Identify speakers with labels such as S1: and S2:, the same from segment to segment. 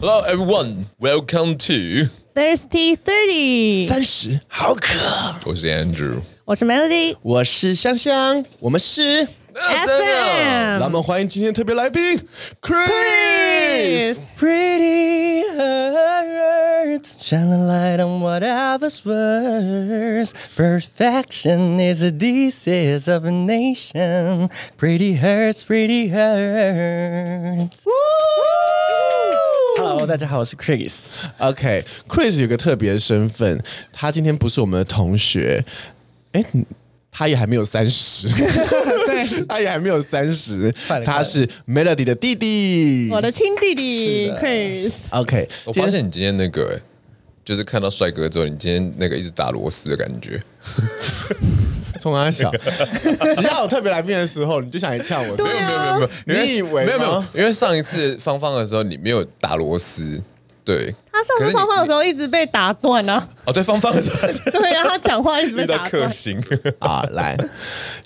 S1: Hello everyone, welcome to
S2: Thirsty Thirty，
S3: 三十好渴。
S1: 我是 Andrew
S2: 我是 Melody
S3: 我是香香，我们是，
S2: SM
S3: 让我们欢迎今天特别来宾 Chris。Pretty hurts, shine a light on whatever's worse. Perfection is a disease of a nation. Pretty hurts, pretty hurts.
S4: Hello，大家好，我是 Chris。
S3: OK，Chris、有个特别身份，他今天不是我们的同学，哎，他也还没有三十，对， 他也还没有三十
S4: 快，了
S3: 他是 Melody 的弟弟。
S2: 我的亲弟弟
S4: 是的
S2: Chris，
S3: OK，
S1: 我
S3: 今
S1: 发
S3: 天
S1: 现你今天那个、欸，就是看到帅哥之后，你今天那个一直打螺丝的感觉。
S3: 从哪小，只要有特别来宾的时候，你就想来呛我。
S1: 没有没有没有没有，因
S3: 啊你以为
S1: 没有没有
S3: 吗，
S1: 因为上一次芳芳的时候你没有打螺丝，对。
S2: 他上次放话的时
S1: 候，
S2: 候一直被打断啊，
S1: 哦对，芳芳的时 候
S2: 对啊，他讲话一直被
S1: 遇到
S2: 打
S1: 克
S2: 断。
S1: 星，
S3: 啊，来，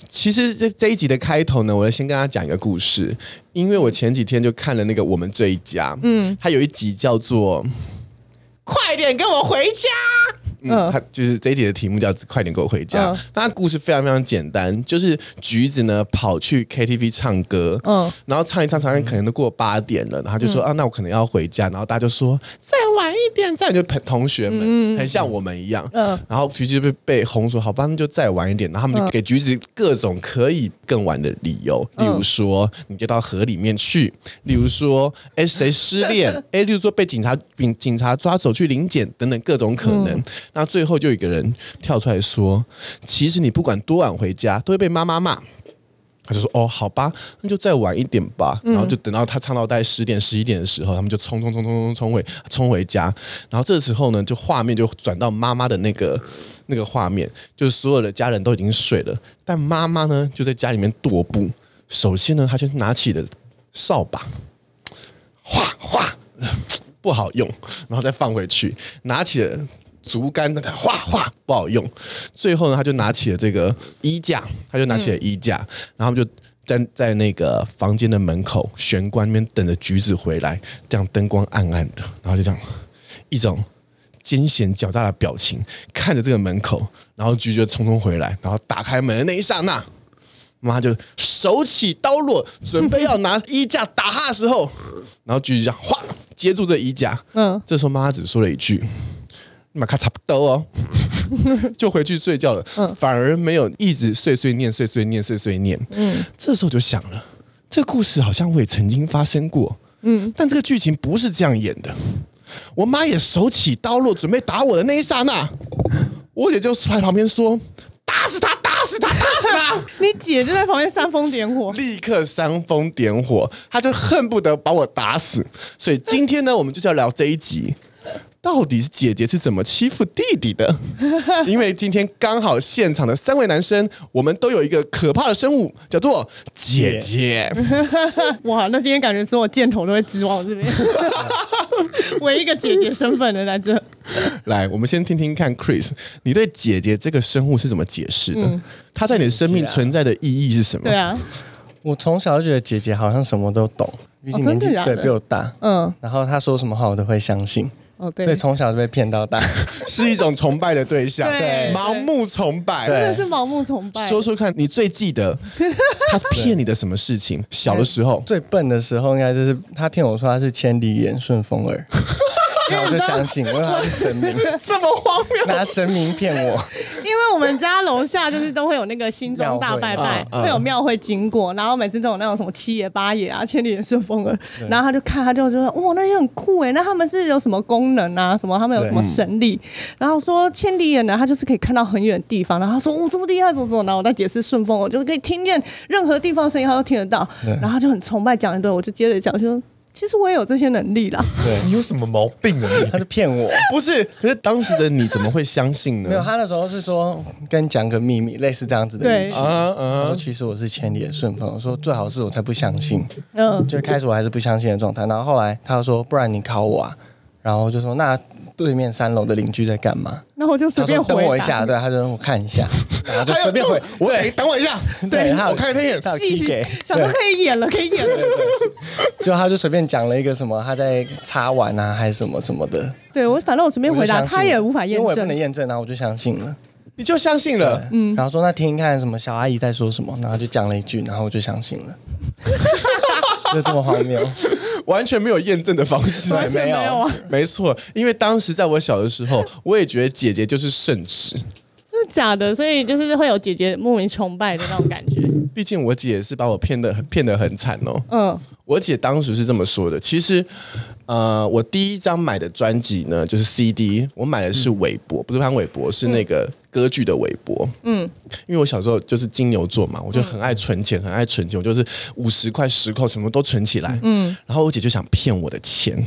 S3: 其实这这一集的开头呢，我要先跟大家讲一个故事，因为我前几天就看了那个《我们这一家》，嗯，它有一集叫做《快点跟我回家》。嗯，
S2: 嗯
S3: 它就是这一集的题目叫“快点跟我回家
S2: 嗯”。
S3: 那、故事非常非常简单，就是橘子呢跑去 KTV 唱歌，
S2: 嗯
S3: 嗯，然后唱一唱唱一唱，可能都过八点了，然后就说、啊，那我可能要回家，然后大家就说再晚一点，再晚就同学们、很像我们一样，
S2: 嗯
S3: 嗯，然后橘子就被被红说好吧，那就再晚一点，然后他们就给橘子各种可以更晚的理由，例如说你就到河里面去，例如说哎谁失恋，哎例如说被警察警警察抓走去临检等等各种可能，那最后就有一个人跳出来说，其实你不管多晚回家，都会被妈妈骂。他就说：“哦，好吧，那就再晚一点吧。然后就等到他唱到大概十点、十一点的时候，他们就冲冲冲冲冲冲回冲回家。然后这时候呢，就画面就转到妈妈的那个那个画面，就是所有的家人都已经睡了，但妈妈呢就在家里面踱步。首先呢，她先拿起了扫把，哗哗，不好用，然后再放回去，拿起了竹竿，哗哗不好用。最后呢，他就拿起了这个衣架，他就拿起了衣架，然后他们就站在那个房间的门口玄关那边等着橘子回来，这样灯光暗暗的，然后就这样一种。艰险狡诈的表情看着这个门口，然后橘子就匆匆回来，然后打开门的那一刹那，妈就手起刀落，准备要拿衣架打他的时候， 然后橘子这样哗接住这衣架，
S2: 嗯
S3: 嗯，这时候妈妈只说了一句：“你把卡差不多哦。” 就回去睡觉了，反而没有一直碎碎念、碎碎念、碎碎念。嗯，这时候就想了，这故事好像我也曾经发生过，嗯，但这个剧情不是这样演的。我妈也手起刀落，准备打我的那一刹那，我姐就在旁边说：“打死他，打死他，打死他！”
S2: 你姐就在旁边煽风点火，
S3: 立刻煽风点火，他就恨不得把我打死。所以今天呢，我们就是要聊这一集，到底是姐姐是怎么欺负弟 弟的？因为今天刚好现场的三位男生，我们都有一个可怕的生物，叫做姐姐。
S2: 哇！那今天感觉所有箭头都会指往我这边，唯一一个姐姐身份的在这，
S3: 来，我们先听听看，Chris，你对姐姐这个生物是怎么解释的？
S2: 嗯
S3: 它在你的生命存在的意义是什
S2: 啊
S3: 么？
S2: 对啊，
S4: 我从小就觉得姐姐好像什么都懂，毕竟
S2: 真
S4: 年
S2: 的
S4: 纪、
S2: 假的
S4: 对比我大，
S2: 嗯，
S4: 然后她说什么话我都会相信，
S2: 哦对，
S4: 所以从小就被骗到大。
S3: 是一种崇拜的对象，
S2: 对
S3: 盲目崇拜，
S4: 对
S2: 真的是盲目崇拜，
S3: 哎说说看，你最记得他骗你的什么事情？小的时候，
S4: 最笨的时候应该就是她骗我说她是千里眼顺风耳，然后我就相信，我以为她是神明，
S3: 这么荒谬，
S4: 拿神明骗我。
S2: 因为我们家楼下就是都会有那个新庄大拜拜，
S3: 庙会嗯嗯
S2: 会有庙会经过，然后每次都有那种什么七爷八爷啊、千里眼顺风耳，然后他就看，他就觉得哇，那也很酷哎，那他们是有什么功能啊？什么他们有什么神力？然后说千里眼呢，他就是可以看到很远的地方，然后他说哦这么厉害，怎么怎么，然后我在解释顺风耳，就是可以听见任何地方声音，他都听得到，然后他就很崇拜讲一顿，我就接着讲说。其实我也有这些能力啦，
S1: 你有什么毛病啊？
S4: 她就骗我，
S3: 不是？可是当时的你怎么会相信呢？
S4: 没有，她那时候是说跟你讲个秘密，类似这样子的
S2: 对
S4: 语气。
S3: 啊
S4: 然后
S3: 啊！
S4: 其实我是千里眼顺风，我说最好是我才不相信。
S2: 嗯，
S4: 就开始我还是不相信的状态，然后后来他又说，不然你考我啊，然后就说那对面三楼的邻居在干嘛？
S2: 那我就随
S4: 他
S2: 便
S4: 说
S2: 回答
S4: 等我一下，对，他就让我看一下，然后就随便回，
S3: 我等等我一下，
S4: 对，他有
S3: 我看他演
S4: 他有
S2: 戏
S4: key 给，
S2: 想说可以演了，可以演了。
S4: 就他就随便讲了一个什么他在擦碗啊还是什么什么的，
S2: 对我反正我随便
S4: 我就
S2: 回答，
S4: 相信
S2: 他也无法验
S4: 因为我也不能
S2: 证。
S4: 验证，啊然后我就相信了。
S3: 你就相信了。
S4: 嗯，然后说那听听看什么小阿姨在说什么，然后就讲了一句，然后我就相信了， 就这么荒谬。
S3: 完全没有验证的方 式，
S2: 完全没有啊，
S3: 没错，因为当时在我小的时候，我也觉得姐姐就是圣旨，
S2: 真的假的？所以就是会有姐姐莫名崇拜的那种感觉。
S3: 毕竟我姐也是把我骗的骗得很惨哦。
S2: 嗯，
S3: 我姐当时是这么说的，其实，呃，我第一张买的专辑呢就是 CD，我买的是韦伯，不是潘玮柏，是那个歌剧的韦伯。嗯，因为我小时候就是金牛座嘛，我就很爱存钱，很爱存钱，我就是五十块、十块，什么都存起来。嗯，然后我姐就想骗我的钱，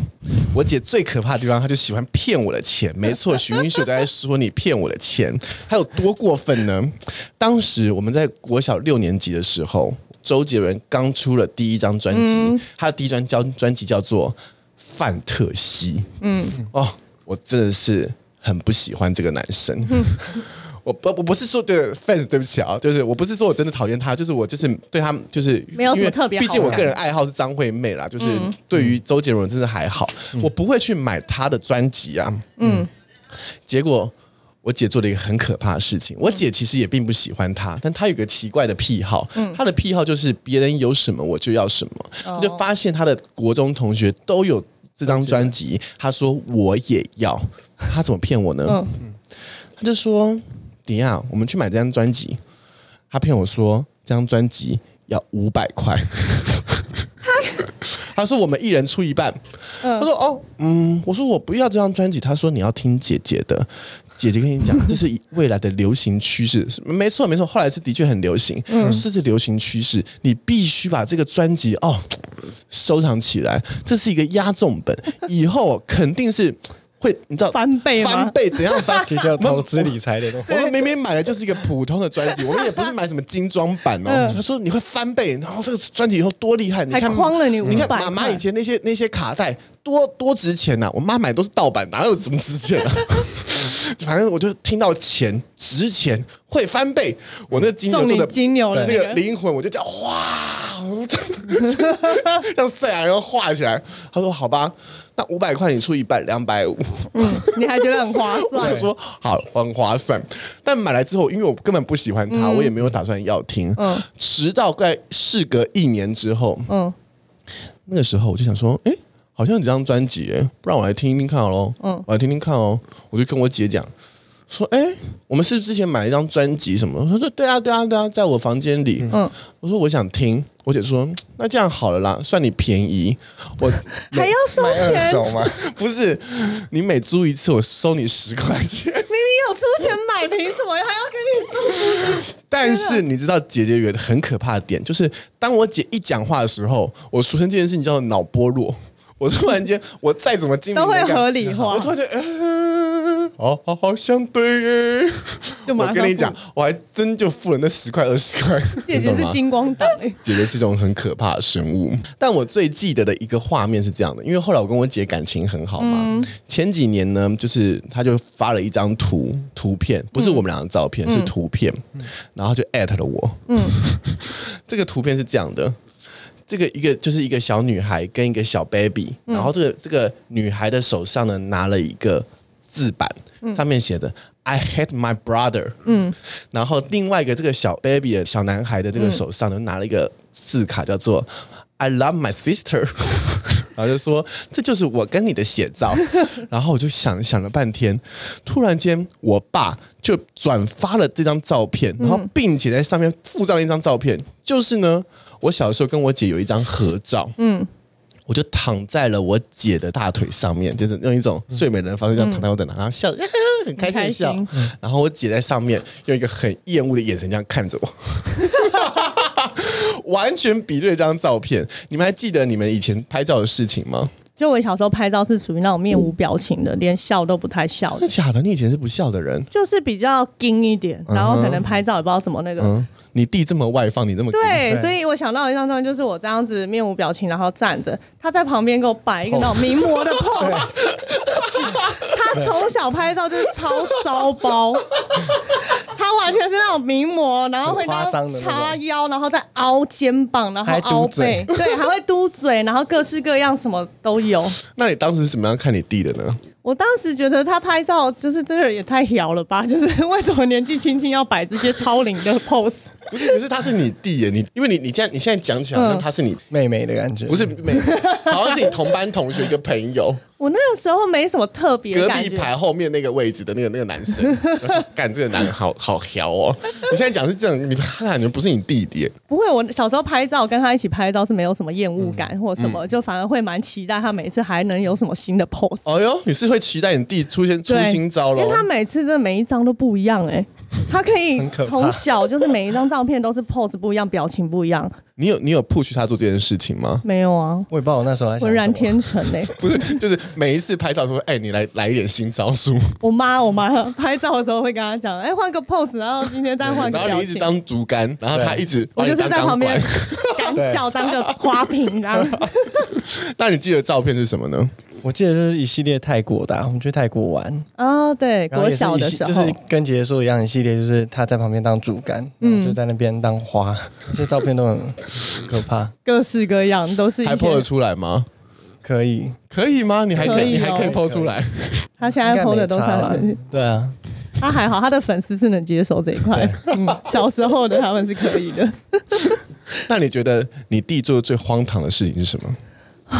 S3: 我姐最可怕的地方，她就喜欢骗我的钱。没错，徐英秀刚才说你骗我的钱，她有多过分呢？当时我们在国小六年级的时候。周杰伦刚出了第一张专辑，他的第一张专专辑叫做《范特西》。嗯，哦，我真的是很不喜欢这个男生。我不我不是说对 fans 对不起啊，就是我不是说我真的讨厌他，就是我就是对他就是
S2: 没有什么
S3: 因为
S2: 特别好嗯
S3: 毕竟我
S2: 感
S3: 个人爱好是张惠妹啦，就是对于周杰伦真的还好，我不会去买他的专辑啊。嗯，结果。我姐做了一个很可怕的事情。我姐其实也并不喜欢他，但她有个奇怪的癖好。
S2: 嗯
S3: 她的癖好就是别人有什么我就要什么。
S2: 哦
S3: 她就发现她的国中同学都有这张专辑，她说我也要。她怎么骗我
S2: 嗯
S3: 呢？她就说：“迪亚，我们去买这张专辑。”她骗我说这张专辑要五百块。她说我们一人出一半。她说哦，嗯，我说我不要这张专辑。她说你要听姐姐的，姐姐跟你讲， 这是以未来的流行趋势。没错没错，后来是的确很流行，
S2: 嗯
S3: 这是流行趋势，你必须把这个专辑哦收藏起来，这是一个压重本，以后肯定是。会，你知道
S2: 翻倍吗
S3: 翻倍怎样翻？
S4: 这叫投资理财 的东西。
S3: 我们明明买的就是一个普通的专辑，我们也不是买什么精装版哦。他说你会翻倍，然后这个专辑以后多厉害，你看
S2: 嗯还诓了你
S3: 你看
S2: 500
S3: 妈妈
S2: 块
S3: 以前那些那些卡带多多值钱啊呐、我妈买都是盗版，哪有什么值钱啊？ 反正我就听到钱值钱会翻倍，我那金牛
S2: 中
S3: 座
S2: 你
S3: 的
S2: 金牛了
S3: 那
S2: 那
S3: 个
S2: 个。
S3: 灵魂，我就讲哇， 像赛亚人画起来。他说好吧，那五百块你出一半，两百五。
S2: 你还觉得很划
S3: 我
S2: 算
S3: 就？说好很划算，但买来之后，因为我根本不喜欢它，我也没有打算要听。嗯，直到在事隔一年之后，
S2: 嗯，
S3: 那个时候我就想说，哎、好像有几张专辑，诶不然我来听听看喽。嗯，我来听听看哦。我就跟我姐讲说，哎、我们是不是之前买了一张专辑什么？她说对啊，对啊，对啊，在我房间里。嗯，我说我想听。我姐说：“那这样好了啦，算你便宜。我
S2: 还要收
S4: 卖二
S2: 钱？
S4: 手吗？
S3: 不是你每租一次，我收你十块钱。
S2: 明明有出钱买，凭什么还要跟你说？
S3: 但是你知道姐姐有个很可怕的点，就是当我姐一讲话的时候，我俗称这件事情叫做脑波弱。 我突然间，我再怎么精明
S2: 都会
S3: 能干
S2: 合理化
S3: 我突然间，嗯、好好好相对耶。呃
S2: 就马
S3: 我
S2: 上
S3: 跟你讲，我还真就付了那十块二十块。
S2: 姐
S3: 你懂
S2: 姐
S3: 吗
S2: 是金光党、欸，
S3: 姐姐是一种很可怕的生物。但我最记得的一个画面是这样的，因为后来我跟我姐感情很好嘛，前几年呢，就是她就发了一张图图片，不是我们俩的照片，是图片，然后她就艾特了我。嗯， 这个图片是这样的。这个一个就是一个小女孩跟一个小 baby，、然后这个这个女孩的手上呢拿了一个字板，上面写的 “I hate my brother”，嗯，然后另外一个这个小 baby 的小男孩的这个手上呢拿了一个字卡叫做 “I love my sister”，然后就说这就是我跟你的写 照，然后我就想想了半天，突然间我爸就转发了这张照片，然后并且在上面附上了一张照片，就是呢。我小时候跟我姐有一张合照，嗯，我就躺在了我姐的大腿上面，就是用一种睡美人的方式这样躺在我的然后笑，嗯 很开心地笑
S2: 很。
S3: 然后我姐在上面用一个很厌恶的眼神这样看着我。 完全比对这张照片，你们还记得你们以前拍照的事情吗？
S2: 就我小时候拍照是属于那种面无表情的，连笑都不太笑的
S3: 真 的，假的？你以前是不笑的人，
S2: 就是比较硬一点，然后可能拍照也不知道怎么那个。
S3: 嗯，你弟这么外放，你这么
S2: 对，
S4: 对
S2: 所以我想到一张照片，就是我
S4: 哦
S2: 这样子面无表情，然后站着，他在旁边给我摆一个那种名模的 pose，他从小拍照就是超骚包，他完全是那种名模，然后会
S4: 很夸张的那种
S2: 叉腰，然后再凹肩膀，然后
S4: 还
S2: 凹
S4: 嘟
S2: 背
S4: 嘴，
S2: 对，还会嘟嘴，然后各式各样什么都有。
S3: 那你当时是怎么样看你弟的呢？
S2: 我当时觉得他拍照就是这个人也太摇了吧， 就是为什么年纪轻轻要摆这些超龄的 pose？
S3: 不是，可是他是你弟耶，你因为你你现在你现在讲起
S2: 嗯
S3: 来，好像他是你
S4: 妹妹的感觉，
S3: 不是妹，好像是你同班同学一个朋 友，
S2: 我那个时候没什么特别的
S3: 隔
S2: 感
S3: 壁
S2: 觉，
S3: 排后面那个位置的那个那个男生，我想干这个男好好屌哦！你现在讲是这样，你他感觉不是你弟弟耶，
S2: 不会，我小时候拍照跟他一起拍照是没有什么厌恶感或什么，就反而会蛮期待他每次还能有什么新的 pose。
S3: 哎呦，你是会期待你弟出现出
S2: 对，
S3: 新招哦喽
S2: 因为？他每次真的每一张都不一样哎、他可以
S4: 很可怕
S2: 从小就是每一张照片都是 pose 不一样，表情不一样。
S3: 你有你有 push 他做这件事情吗？
S2: 没有啊，
S4: 我也不知道我那时候还想
S2: 浑然
S4: 什么
S2: 天成哎、
S3: 不是，就是每一次拍照说，哎、你来来一点新招数，
S2: 我妈我妈拍照的时候会跟他讲，哎、换个 pose，然后今天再换个
S3: 然后
S2: 表
S3: 你一直
S2: 情。
S3: 当竹竿，然后他
S4: 对
S3: 一直
S2: 我
S3: 把你
S2: 就是
S3: 当
S2: 在
S3: 钢
S2: 旁边
S3: 管。
S2: 敢笑，当个花瓶这样。
S3: 那你记得照片是什么呢？
S4: 我记得就是一系列泰国的啊、我们去泰国玩，
S2: 啊、对，
S4: 然后
S2: 国
S4: 也是
S2: 小
S4: 一
S2: 的
S4: 系
S2: 时候，
S4: 就是跟姐姐说的一样，一系列就是她在旁边当主干，嗯，就在那边当花，这些照片都很可怕。
S2: 各式各样，都是一
S3: 还 po
S2: 些
S3: 得。出来吗？
S4: 可以，
S3: 可以吗？你还可
S2: 可以
S3: 以，你还
S2: 哦
S3: 可以 po 出 来？
S2: 他现
S4: 应
S2: 在
S4: 该
S2: PO 的
S4: 没
S2: 都
S4: 差
S2: 算
S4: 啦
S2: 很，
S4: 对啊，？
S2: 他还好，他的粉丝是能接受这一块。 嗯，小时候的他们是可以的。
S3: 那你觉得你弟做的最荒唐的事情是什么？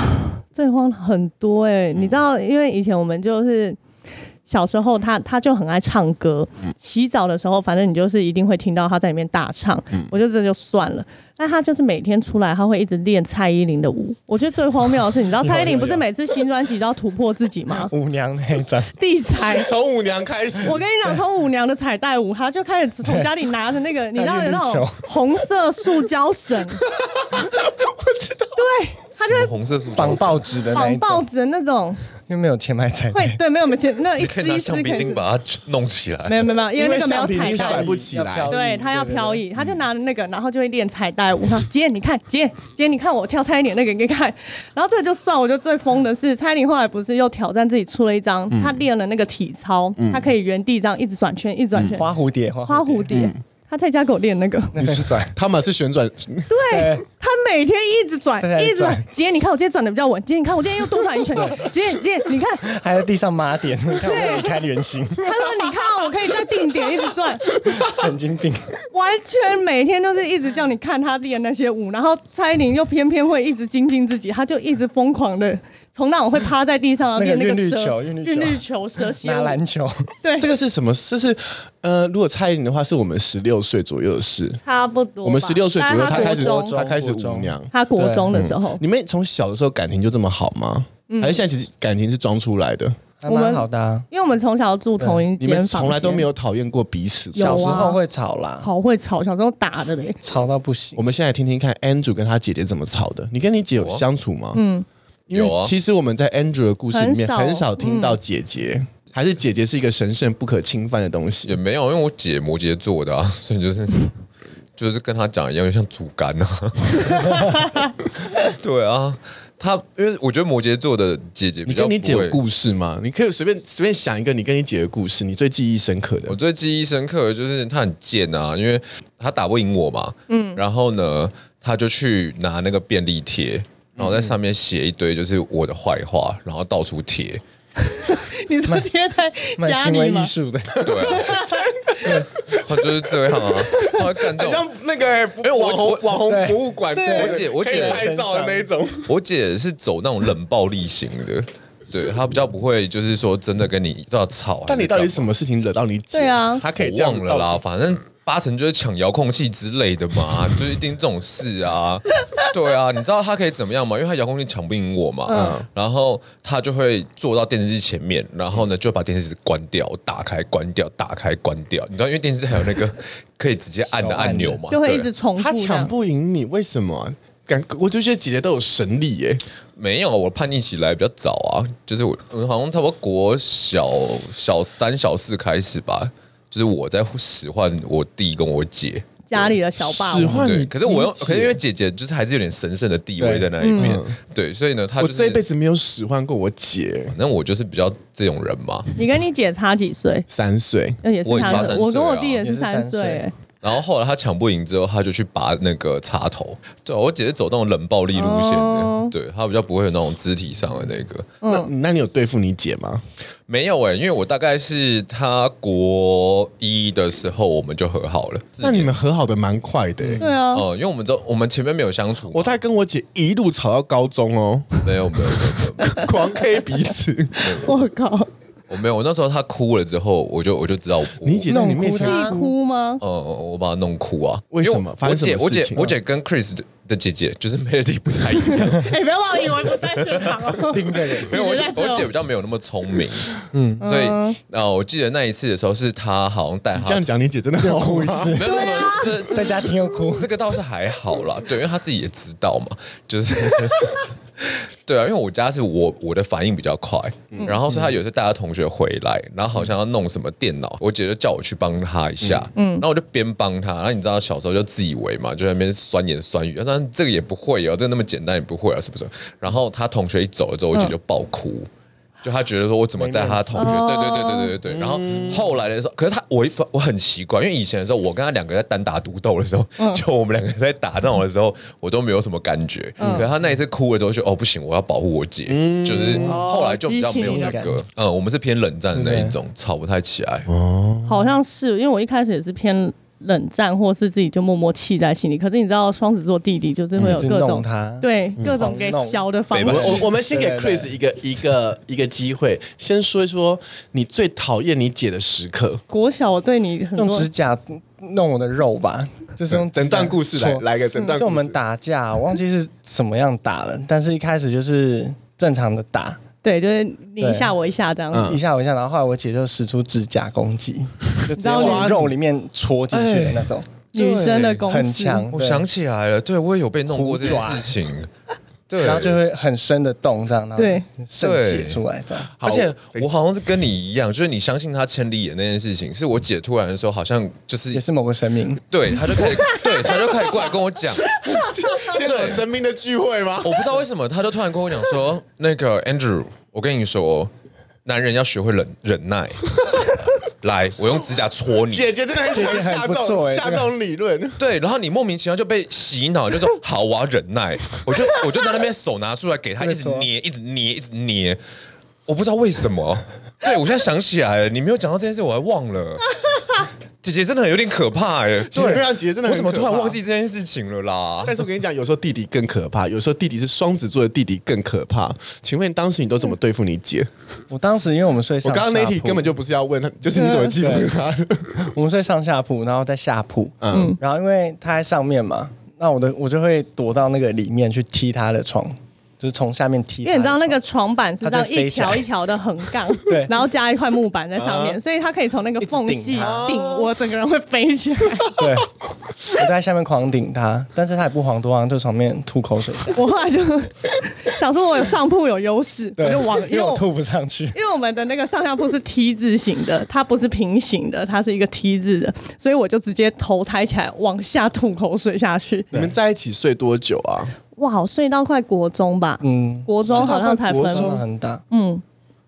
S2: 最荒唐很多哎、你知道，因为以前我们就是小时候他，他就很爱唱歌，洗澡的时候，反正你就是一定会听到他在里面大唱，我就这就算了。但他就是每天出来，他会一直练蔡依林的舞。我觉得最荒谬的是，你知道蔡依林不是每次新专辑都要突破自己吗
S4: 舞娘那一张，
S2: 地才。
S3: 从舞娘开 始
S2: 我跟你讲，从舞娘的彩带舞，他就开始从家里拿着那个，你知道有那
S4: 那绿
S2: 种
S4: 球
S2: 红色塑胶绳，我知道，对，他就会
S1: 红色塑胶
S4: 绑报纸的那
S2: 绑
S4: 一
S2: 报
S4: 种，
S2: 纸的那种，
S4: 因为没有钱买彩
S2: 会
S4: 带，
S2: 对，没有没有，那一
S1: 可
S2: 丝
S1: 以拿
S2: 一丝
S1: 橡皮
S2: 可以
S1: 筋。把它弄起
S2: 没
S1: 来。
S2: 有没有没有，因为那个没有彩
S3: 因为橡皮筋甩
S2: 带
S3: 不，起来
S4: 要飘逸
S2: 对他要飘，
S4: 对
S2: 逸，他就拿那个，然后就会练彩带舞。他说姐，你看姐姐，你看我跳蔡依林那个，你看。然后这个就算，我就最疯的是蔡依林后来不是又挑战自己出了一张，他练了那个体操，他可以原地这样一直转圈，一直转圈
S4: 对，花蝴蝶，花
S2: 花蝴蝶。他在家给我练那个，
S4: 那边转，
S3: 他们是旋转，
S2: 对他每天一直转
S4: 对他，一
S2: 一
S4: 直
S2: 直转
S4: 转。
S2: 姐，你看我今天转的比较稳，姐，你看我今天又多转一圈。姐姐，你看
S4: 还在地上抹点，你看我离开圆 形，
S2: 他说：“你看，我可以在定点一直转，
S4: 神经病，
S2: 完全每天都是一直叫你看他练那些舞。”然后蔡依林又偏偏会一直精进自己，他就一直疯狂的从那种会趴在地上然后
S4: 那个
S2: 练那个
S4: 韵律
S2: 蛇
S4: 球韵律球
S2: 韵律球蛇蝎
S4: 拿
S2: 舞，
S4: 篮球，
S2: 对
S3: 这，个是什么？这是呃，如果蔡依林的话，是我们十六岁左右的事。
S2: 差不多吧。
S3: 我们十六岁左右，
S2: 但
S3: 他
S2: 他国
S3: 开始
S2: 中，
S3: 他开始
S4: 国中
S3: 舞娘。
S2: 他国中的时候，
S3: 你们从小的时候感情就这么好吗？
S2: 嗯
S3: 还是现在其实感情是装出来的？
S4: 还
S2: 我们
S4: 蛮好的啊。
S2: 因为我们从小住同一
S3: 你
S2: 间
S3: 们
S2: 房间，
S3: 从来都没有讨厌过彼此。
S2: 有啊
S4: 小时候会吵啦，
S2: 好会吵，小时候打的嘞。
S4: 吵到不行
S3: 我。们现在听听看 Andrew 跟他姐姐怎么吵的。你跟你姐有相处吗？嗯，因
S1: 啊有
S3: 为
S1: 啊
S3: 其实我们在 Andrew 的故事里
S2: 很
S3: 面
S2: 少嗯
S3: 很少听到姐姐，还是姐姐是一个神圣不可侵犯的东
S1: 也
S3: 西。
S1: 没有，因为我姐摩羯座的、啊， 所以 就是就是跟她讲一样，就像竹竿啊。 对啊，她因为我觉得摩羯座的姐姐比
S3: 你
S1: 较
S3: 跟你姐有
S1: 不会
S3: 故事吗？你可以随便随便想一个你跟你姐的故事，你最记忆深刻的
S1: 我。最记忆深刻的就是他很贱啊，因为他打不赢我嘛，嗯，然后呢，他就去拿那个便利贴，然后在上面写一堆就是我的坏话，然后到处贴，
S2: 你说贴在
S4: 蛮
S2: 家
S4: 行
S2: 里
S4: 为
S2: 吗
S4: 艺？术的，
S1: 对啊，他就是这样啊，他干这 种。
S3: 很像那个、
S1: 哎我
S3: 网红
S1: 我
S3: 网红
S4: 对
S3: 博物馆，
S2: 对
S3: 对
S1: 我姐我姐
S3: 可以拍照的那一种。
S1: 我姐是走那种冷暴力型的， 对她比较不会就是说真的跟你到吵还干嘛。
S3: 但你到底什么事情惹到你姐？
S2: 对啊
S3: 她可以
S1: 我
S3: 这样
S1: 忘了啦，反正八成就是抢遥控器之类的 嘛，就是一定这种事啊。对啊，你知道他可以怎么样吗？因为他遥控器抢不赢我嘛，
S3: 嗯
S1: 然后他就会坐到电视机前面，然后呢就把电视关掉，打开关掉，打开关掉。你知道，因为电视还有 那个可以直接按的按钮嘛，
S2: 就会一
S1: 对
S2: 直重复
S3: 她
S2: 这样。
S3: 抢不赢你，为什么？感我就觉得姐姐都有神力耶、
S1: 没有，啊我叛逆起来比较早啊，就是我我好像差不多国小小三小四开始吧，就是我在使唤我弟跟我姐。
S2: 家里的小霸
S3: 使
S2: 王。
S3: 唤
S1: 对，
S3: 你。
S1: 可是我用，
S3: 理解
S1: 可是因为姐姐就是还是有点神圣的地位在那一面，对，所以呢，她
S3: 嗯我
S1: 就是
S3: 这一辈，子没有使唤过我姐，
S1: 反正我就是比较这种人嘛。
S2: 你跟你姐差几岁？
S3: 三岁。
S2: 呃也是
S1: 我也是
S2: 三
S1: 八三岁啊
S2: 我跟我弟也是
S4: 也是
S2: 三
S4: 三
S2: 岁、
S4: 岁
S2: 欸
S1: 然后后来她抢不赢之后，她就去拔那个插头。对啊我姐是走那种冷暴力路线的，
S2: 哦
S1: 对她比较不会有那种肢体上的那个。
S3: 那那你有对付你姐吗？
S1: 没有哎、因为我大概是她国一的时候我们就和好了。
S3: 那你们和好的蛮快的欸。
S2: 对啊，
S1: 哦、因为我们知道我们前面没有相处嘛，
S3: 我大概跟我姐一路吵到高中哦，
S1: 没有没有没有没有
S3: 狂 K 彼 此。
S2: 我靠，
S1: 我没有，我那时候她哭了之后，我就我就知道我
S3: 你姐在你面前
S2: 气哭吗？
S1: 呃，我把她弄哭啊。
S3: 为
S1: 因
S3: 什么
S1: 我
S3: 发生
S1: 我
S3: 什么
S1: 姐，我
S3: 事
S1: 姐，
S3: 情啊
S1: 我姐跟 Chris 的的姐姐就是 Melody 不太一 样。
S2: 哎、不要忘了，以为不在现场哦。
S4: 盯着人，
S1: 没有，我
S2: 姐
S1: 姐
S2: 在这哦
S1: 我姐比较没有那么聪明，嗯，所以呃，我记得那一次的时候，是她好像带
S3: 你
S1: 她
S3: 这样讲，你姐真的好
S4: 哭一
S3: 吗
S4: 次，
S1: 没有没有没有，这这
S4: 在家听又哭，
S1: 这个倒是还好啦，对，因为他自己也知道嘛，就是。对啊，因为我家是我我的反应比较快，然后所以他有时候带他同学回来，然后好像要弄什么电脑，我姐就叫我去帮他一下，然后我就边帮他，然后你知道小时候就自以为嘛，就在那边酸言酸语，但这个也不会哦，这个那么简单也不会啊，是不是？然后他同学一走了之后，我姐就爆哭。就她觉得说，我怎么在她同学？
S4: 哦
S1: 对对对对对对对。然后
S4: 嗯
S1: 后来的时候，可是她我一发我很奇怪，因为以前的时候，我跟她两个在单打独斗的时候，
S4: 嗯
S1: 就我们两个在打闹的时候，我都没有什么感觉。
S4: 嗯
S1: 可是她那一次哭了之后，就哦不行，我要保护我姐，就是后来就比较没有那
S4: 哦激情
S1: 个，嗯，我们是偏冷战的那一种，吵不太起来。
S2: 好像是，因为我一开始也是偏冷战，或是自己就默默气在心里。可是你知道，双子座弟弟就是会有
S4: 一直
S2: 各种
S4: 弄
S1: 嗯
S4: 他
S2: 对各种给小的方
S1: 北吧
S3: 我
S2: 式。
S3: 我我们先给
S4: 对对
S3: Chris 一个一个一个机会，先说一说你最讨厌你姐的时刻。
S2: 国小我对你很
S4: 用
S2: 多
S4: 指甲弄我的肉吧，就是用
S3: 嗯整段故事来
S4: 戳
S3: 来个整段故事
S4: 嗯就我们打架，我忘记是怎么样打了，但是一开始就是正常的打。
S2: 对，就是你一下我一下这样子。
S3: 嗯
S4: 一下我一下，然后后来我姐就使出指甲攻 击，就直接
S2: 然后你
S4: 往肉里面戳进去的那种，
S2: 女生的哎攻
S4: 很
S2: 势，
S4: 强。
S1: 我
S4: 对
S1: 想起来了，对我也有被弄过这件
S4: 虎爪
S1: 事情，对，
S4: 然后就会很深的洞这样，然后
S2: 对
S4: 渗血出来这样。
S3: 好
S1: 而且我好像是跟你一样，就是你相信他千里眼那件事情，是我姐突然的时候，好像就是
S4: 也是某个神明，
S1: 对，他就开始对，他就开始过来跟我讲，
S3: 这种神明的聚会吗？
S1: 我不知道为什么，他就突然跟我讲说，那个 Andrew，我跟你说，男人要学会忍忍耐。 来，我用指甲戳你。
S3: 姐姐真的很喜欢
S4: 姐姐很
S3: 下这
S4: 不错
S3: 种
S4: 欸
S3: 下
S4: 这
S3: 这
S4: 个
S3: 种理论。
S1: 对，然后你莫名其妙就被洗脑，就说好，我要忍耐，我就我就在那边手拿出来给他，
S4: 这
S1: 一
S4: 个
S1: 直
S4: 错
S1: 捏，一直捏，一直捏，我不知道为什么。对，我现在想起来了，你没有讲到这件事，我还忘了。姐姐真的有点可怕哎、
S3: 姐
S1: 对，
S3: 非常姐姐真的很
S1: 我怎么突然
S3: 可怕
S1: 忘记这件事情了啦？
S3: 但是我跟你讲，有时候弟弟更可怕，有时候弟弟是双子座的弟弟更可怕。请问当时你都怎么对付你姐？
S4: 我当时因为我们睡
S3: 我
S4: 上下铺，
S3: 刚刚那题根本就不是要问 他，就是你怎么欺负他？
S4: 我们睡上下铺，然后在下铺，
S3: 嗯
S4: 嗯，然后因为他在上面嘛，那我的我就会躲到那个里面去踢他的床，就是从下面踢
S2: 因
S4: 他
S2: 为
S4: 的
S2: 你
S4: 床。
S2: 知道那个床板是这样
S4: 它就
S2: 一
S4: 飞起来
S2: 条一条的横杠，
S4: 对啊
S2: 然后加一块木板在上面，所以它可以从那个缝
S4: 一直
S2: 隙
S4: 顶它
S2: 顶我，整个人会飞起来。
S4: 对，我就在下面狂顶他，但是他也不遑多让，就从上面吐口水下。
S2: 我后来就想说，我有上铺有优势，我
S4: 对，
S2: 就往，
S4: 因
S2: 因
S4: 为
S2: 为
S4: 我
S2: 我
S4: 吐不上去。
S2: 因为我们的那个上下铺是 T 字形的，它不是平行的，它是一个 T 字的，所以我就直接头抬起来往下吐口水下去。
S3: 你们在一起睡多久啊？
S2: 哇，我睡到快国中吧，
S4: 嗯，
S2: 国中好像才分
S3: 睡到快国
S4: 风
S3: 中
S2: 房，
S4: 很大，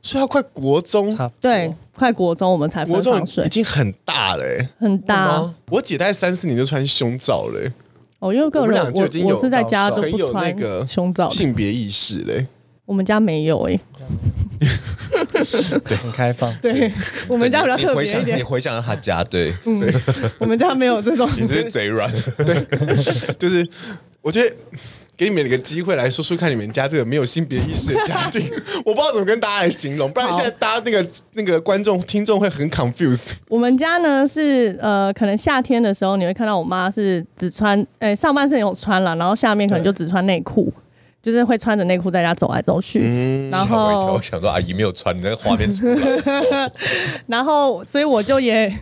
S3: 睡到快国中，
S4: 差不多
S2: 嗯对，，快国中我们才
S3: 国
S2: 分
S3: 中
S2: 房睡
S3: 已，经很大了、欸。
S2: 很大
S1: 吗
S3: 我姐大概三四年就穿胸罩了、欸
S2: 哦，因为个
S3: 我们
S2: 人
S3: 俩就
S2: 我
S3: 已经
S2: 我
S3: 有
S2: 是在家都
S3: 很
S2: 不
S3: 有那
S2: 穿
S3: 个
S2: 胸罩的，
S3: 性别意识嘞、欸
S2: 我们家没有哎，
S4: 很开放。
S2: 对我
S1: 我
S2: 们家比较特别一
S1: 你
S2: 点，
S1: 回想他家，对，
S2: 我们家没有这种。
S1: 你是嘴软。
S3: 就是我觉得给你们一个机会来说说看你们家这个没有性别意识的家庭， 我不知道怎么跟大家来形容，不然现在大家那个那个观众听众会很 confused。
S2: 我们家呢是呃，可能夏天的时候你会看到我妈是只穿，诶、上半身有穿了，然后下面可能就只穿内裤，就是会穿着内裤在家走来走去。然
S1: 吓我一跳，
S2: 后
S1: 我，想说阿姨没有穿，你那个画面出来，
S2: 然后，所以我就也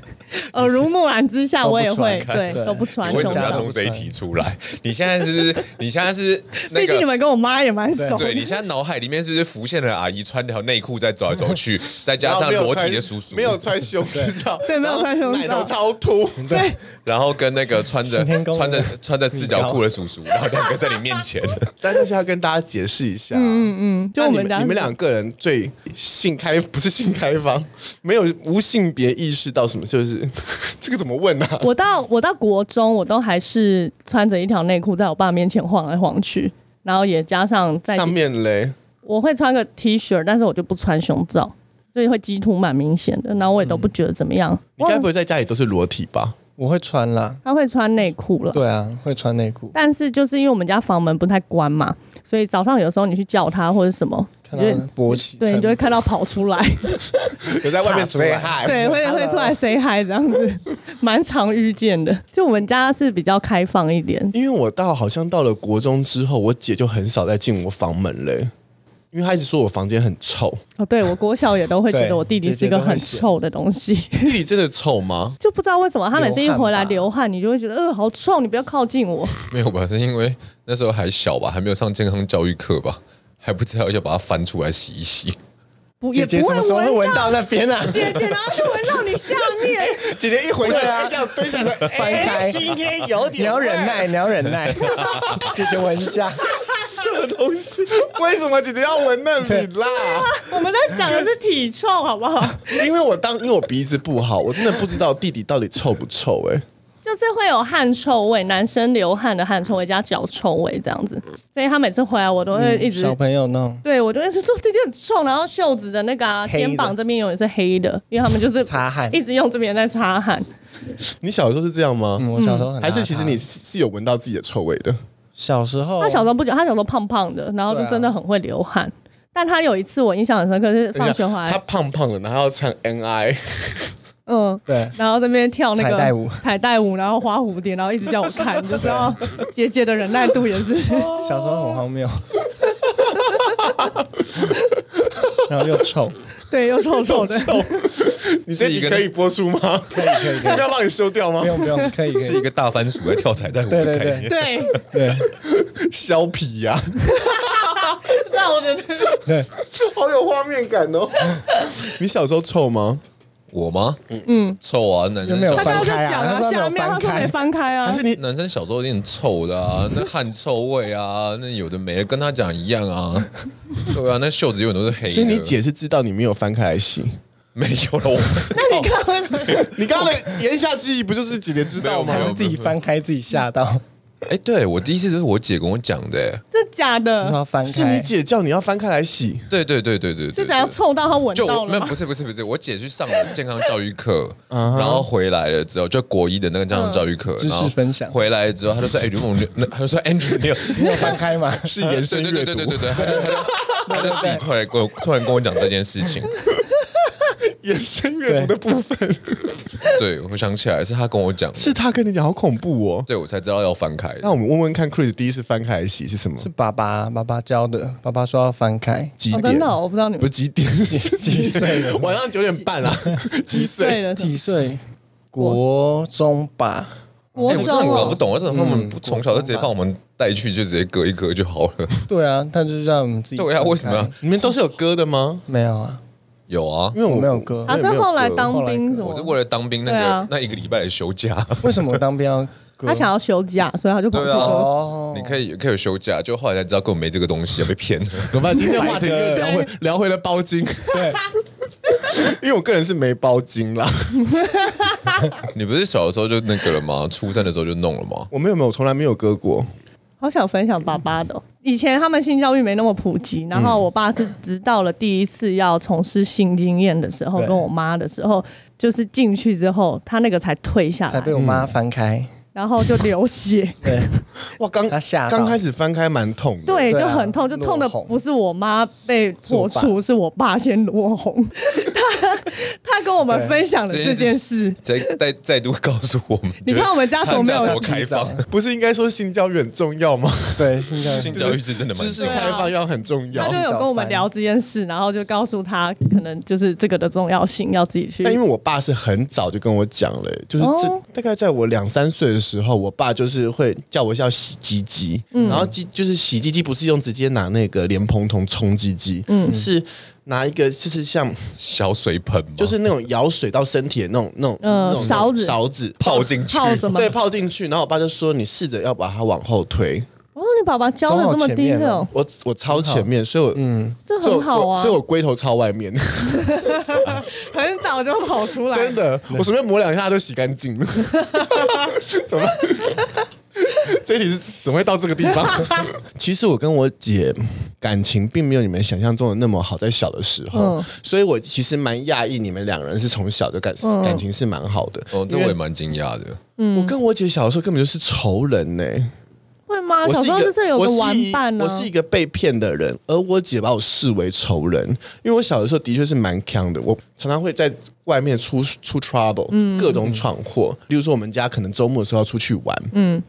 S2: 耳濡目染之下，
S4: 都不
S2: 我也会
S4: 穿
S2: 对
S4: 对
S2: 都不穿
S1: 你
S2: 胸
S1: 为什么要
S4: 都
S2: 罩。
S1: 弄这一题出来？ 你现在是不是？你现在是不是那
S2: 毕竟你
S1: 个？
S2: 们跟我妈也蛮熟的
S1: 对，你现在脑海里面是不是浮现了阿姨穿条内裤在走来走去，再加上
S3: 然后没有
S1: 裸
S3: 穿
S1: 体的叔叔，
S3: 没有穿胸罩，
S2: 对没有穿胸罩
S3: 然后奶头超凸，
S2: 对，
S1: 然后跟那个穿着
S4: 行天宫
S1: 穿着
S4: 的
S1: 穿着四角裤的叔叔，然后两个在你面前，
S3: 但是要跟大家解释一下，嗯嗯，
S2: 嗯，就我
S3: 你
S2: 们
S3: 们
S2: 家
S3: 你们两个人最性开不是性开放，没有无性别意识到什么，就是 这个怎么问 啊？
S2: 我到我到国中，我都还是穿着一条内裤在我爸面前晃来晃去，然后也加上在
S3: 上面嘞，
S2: 我会穿个 T 恤，但是我就不穿胸罩，所以会鸡突蛮明显的。然后我也都不觉得怎么样。
S3: 你该不会在家里都是裸体吧？
S4: 我会穿啦，
S2: 他会穿内裤了，
S4: 对啊，会穿内裤，
S2: 但是就是因为我们家房门不太关嘛，所以早上有时候你去叫他或者什么，
S4: 看
S2: 你
S4: 到
S2: 就
S4: 勃起，
S2: 对你就会看到跑出 来，
S3: 有在外面
S4: 吓出来
S3: say hi
S2: 对，会会出来 say hi 这样子，蛮常遇见的。就我们家是比较开放一点，
S3: 因为我到好像到了国中之后，我姐就很少再进我房门嘞，因为她一直说我房间很臭。
S2: 哦，对我国小也都会觉得我弟弟是一个很臭的东西，
S3: 弟弟真的臭吗？
S2: 就不知道为什么他每次一回来
S4: 流
S2: 流汗，你就会觉得呃好臭，你不要靠近我。
S1: 没有吧？是因为那时候还小吧，还没有上健康教育课吧，还不知道要把它翻出来洗一洗。
S2: 不
S4: 姐
S2: 也
S4: 姐
S2: 不
S4: 怎么时候
S2: 会
S4: 会
S2: 闻
S4: 闻到那边啊？
S2: 姐姐，然后就闻到你下面，
S3: 姐姐一回
S4: 对啊
S3: 来，这样蹲下来，
S4: 翻开
S3: 哎今天有点
S4: 你要
S3: 味
S4: 忍耐，你要 忍耐，姐姐闻 一下，
S3: 什么东西？为什么姐姐要闻那里啦？
S2: 我们在讲的是体臭，好不好？
S3: 因为我当因为我鼻子不好，我真的不知道弟弟到底臭不臭哎、
S2: 就是会有汗臭味，男生流汗的汗臭味加脚臭味这样子，所以他每次回来我都会一直。
S4: 嗯小朋友弄
S2: 对，我就一直说这件很臭，然后袖子的那个、啊、
S4: 黑的
S2: 肩膀这边永远是黑的，因为他们就是
S4: 擦汗
S2: 一直用这边在擦汗。
S3: 你小时候是这样吗？
S4: 嗯，我小时候很邋遢
S3: 还是其实你是是有闻到自己的臭味的？
S4: 小时候
S2: 他小时候不久，他小时候胖胖的，然后就
S4: 对啊
S2: 真的很会流汗。但他有一次我印象很深刻，是放学回
S3: 他
S2: 来，
S3: 胖胖的，然后要唱 N I，
S2: 嗯，
S4: 对
S2: 然后这边跳那个
S4: 彩带舞
S2: 彩带舞，然后花蝴蝶，然后一直叫我看，你就知道姐姐的忍耐度也是。
S4: 小时候很荒谬，然后又臭，
S2: 对，又臭臭 的。
S3: 你这
S1: 是一
S3: 集
S1: 个
S3: 可以播出吗？
S4: 可以可以
S3: 我不
S4: 可 以，
S3: 要帮你修掉吗
S4: 不？用不用，可以 可
S1: 是一
S4: 以，
S1: 个大番薯在跳彩带舞的
S4: 对对
S1: 概念。
S2: 对，
S4: 对
S3: 削皮呀、
S2: 让我觉得
S4: 对，
S3: 好有画面感哦！ 你小时候臭吗？
S1: 我吗？嗯，臭啊，男
S4: 有
S1: 生
S4: 没有
S1: 小
S2: 他刚刚就
S4: 翻开啊
S2: 讲了
S4: 他说没有
S2: 下面，他
S4: 翻
S2: 说
S4: 开
S2: 没翻开啊
S3: 还。是你
S1: 男生小时候有点臭的啊，那汗臭味啊，那有的没的，跟他讲一样啊。对啊，那袖子永远都是黑的。
S3: 所以你姐是知道你没有翻开来洗。
S1: 没有了，我
S2: 那
S4: 哦
S2: 你看为什么？
S3: 你刚刚的言下之意不就是姐姐知道吗
S1: 没
S4: 还
S1: 有没
S4: 是
S1: 有
S4: 自己翻开自己吓到，
S1: 哎、对我第一次就是我姐跟我讲的、哎
S2: 这假
S4: 你说
S2: 的？
S4: 要翻开，
S3: 是你姐叫你要翻开来洗，
S1: 对对对对对对
S2: 是怎样
S1: 对
S2: 臭到他闻
S1: 就
S2: 到
S1: 我没
S2: 了
S1: 有
S2: 吗哦
S1: 不？是不是不是，我姐去上了健康教育课，
S3: 嗯哼
S1: 然后回来了之后，就国一的那个健康教育课，
S4: 嗯知识
S1: 然后
S4: 分享
S1: 回来之后，她就说：“哎、刘梦，那她就说 Andrew，你有
S4: 你有翻开吗？
S3: 是延
S1: 对
S3: 伸
S1: 对
S3: 阅
S1: 对
S3: 读
S1: 对对对对，她就她就她就自己突然跟我突然跟我讲这件事情，
S3: 延伸阅读的部分，
S1: 对我想起来是她跟我讲的，
S3: 是她跟你讲，好恐怖哦。
S1: 对我才知道要翻开。
S3: 那我们问问看，Chris 第一次翻开来洗是什么？
S4: 是爸爸爸爸教的，爸爸说要翻开，
S3: 几
S2: 哦，
S3: 点
S2: 真的？哦，我不知道你
S3: 不
S2: 们
S3: 是几点？
S4: 几岁了？
S3: 晚上九点半啊啦，几
S2: 对
S3: 岁？
S2: 了。
S4: 几岁？国中吧，
S2: 国
S1: 哎我真的
S2: 中
S1: 搞
S2: 哦
S1: 不懂，为什么他
S3: 嗯
S1: 们不从小就直接把我们带去，就直接隔一隔就好了？
S4: 对啊，他就是让我们自己翻 开。
S1: 对啊，为什么要？
S3: 你们都是有歌的吗？
S4: 没有啊？
S1: 有啊？
S3: 因为我
S4: 我没有歌
S2: 他是后来当
S4: 后来
S2: 兵
S4: 隔
S2: 什么？
S1: 我是为了当兵那
S2: 嗯对
S1: 个
S2: 啊
S1: 那一个礼拜的休假，
S3: 哦
S4: 为什么当兵要割？
S2: 他想要休假，所以他就跑出
S1: 对啊
S2: 国。
S4: 哦，
S1: 你可以可以有休假，就后来才知道根本没这个东西，啊被骗了。
S3: 怎么办？今天话题又
S4: 白鸽
S3: 聊回聊回了包巾，对，因为我个人是没包巾啦。
S1: 你不是小的时候就那个了吗？出生的时候就弄了吗？
S3: 我们有没有从来没有割过？
S2: 好想分享爸爸的哦、以前他们性教育没那么普
S4: 嗯
S2: 及，然后我爸是直到了第一次要从事性经验的时候，
S4: 对
S2: 跟我妈的时候，就是进去之后，他那个才退下
S4: 才
S2: 来
S4: 被。我妈翻开。
S2: 然后就流血，
S3: 哇，刚
S4: 他吓到
S3: 刚开始翻开蛮痛的，
S2: 对，
S4: 对
S2: 就
S4: 啊
S2: 很痛，就痛的
S4: 落红
S2: 不是我妈被破
S4: 是我
S2: 处，是我爸先落 红。他他跟我们分享了
S1: 对
S2: 这件 事，
S1: 再再再度告诉我们，
S2: 你看我们家
S1: 就是
S2: 多没有
S1: 参加多
S2: 紧
S1: 开放，
S3: 不是应该说性教育很重要吗？
S4: 对，现 在
S1: 性教育是真的蛮
S3: 知识
S1: 重
S2: 对啊
S1: 要
S3: 开放要很重
S2: 他
S3: 要
S2: 就。有跟我们聊这件事，然后就告诉他，可能就是这个的重要性，要自己去
S3: 但。因为我爸是很早就跟我讲了、就是这、
S2: 哦
S3: 大概在我两三岁的时候，我爸就是会叫我要洗鸡鸡，
S2: 嗯
S3: 然后鸡就是洗鸡鸡不是用直接拿那个莲蓬头冲鸡鸡，
S2: 嗯
S3: 是拿一个就是像
S1: 小水盆吗，
S3: 就是那种舀水到身体的那种那种
S2: 嗯
S3: 那种
S2: 勺子
S3: 勺子
S1: 泡进去，
S2: 泡着吗？
S3: 对泡进去，然后我爸就说你试着要把它往后推，
S2: 哦，你爸爸教的这么低
S4: 走
S2: 调
S4: 好，啊
S3: 我我超前面，所以我嗯，
S2: 这很好啊
S3: 所以我所以我龟头超外面，
S2: 很早就跑出来。
S3: 真的，我随便抹两下就洗干净了。 怎么？ 这一题是怎么会到这个地 方？ 其实我跟我姐感情并没有你们想象中的那么好，在小的时候，
S2: 嗯
S3: 所以我其实蛮讶异你们两人是从小就感、感情是蛮好的。
S1: 哦，这我也蛮惊讶的。
S3: 我跟我姐小的时候根本就是仇人呢、
S2: 会吗？
S3: 我
S2: 小
S3: 是一
S2: 时候
S3: 个
S2: 是这有
S3: 我
S2: 个
S3: 是
S2: 玩
S3: 一
S2: 伴啊呢
S3: 我。是一个被骗的人，而我姐把我视为仇人，因为我小的时候的确是蛮强的，我常常会在外面出出 trouble，、
S2: 嗯
S3: 各种闯祸。例如说，我们家可能周末的时候要出去玩，嗯，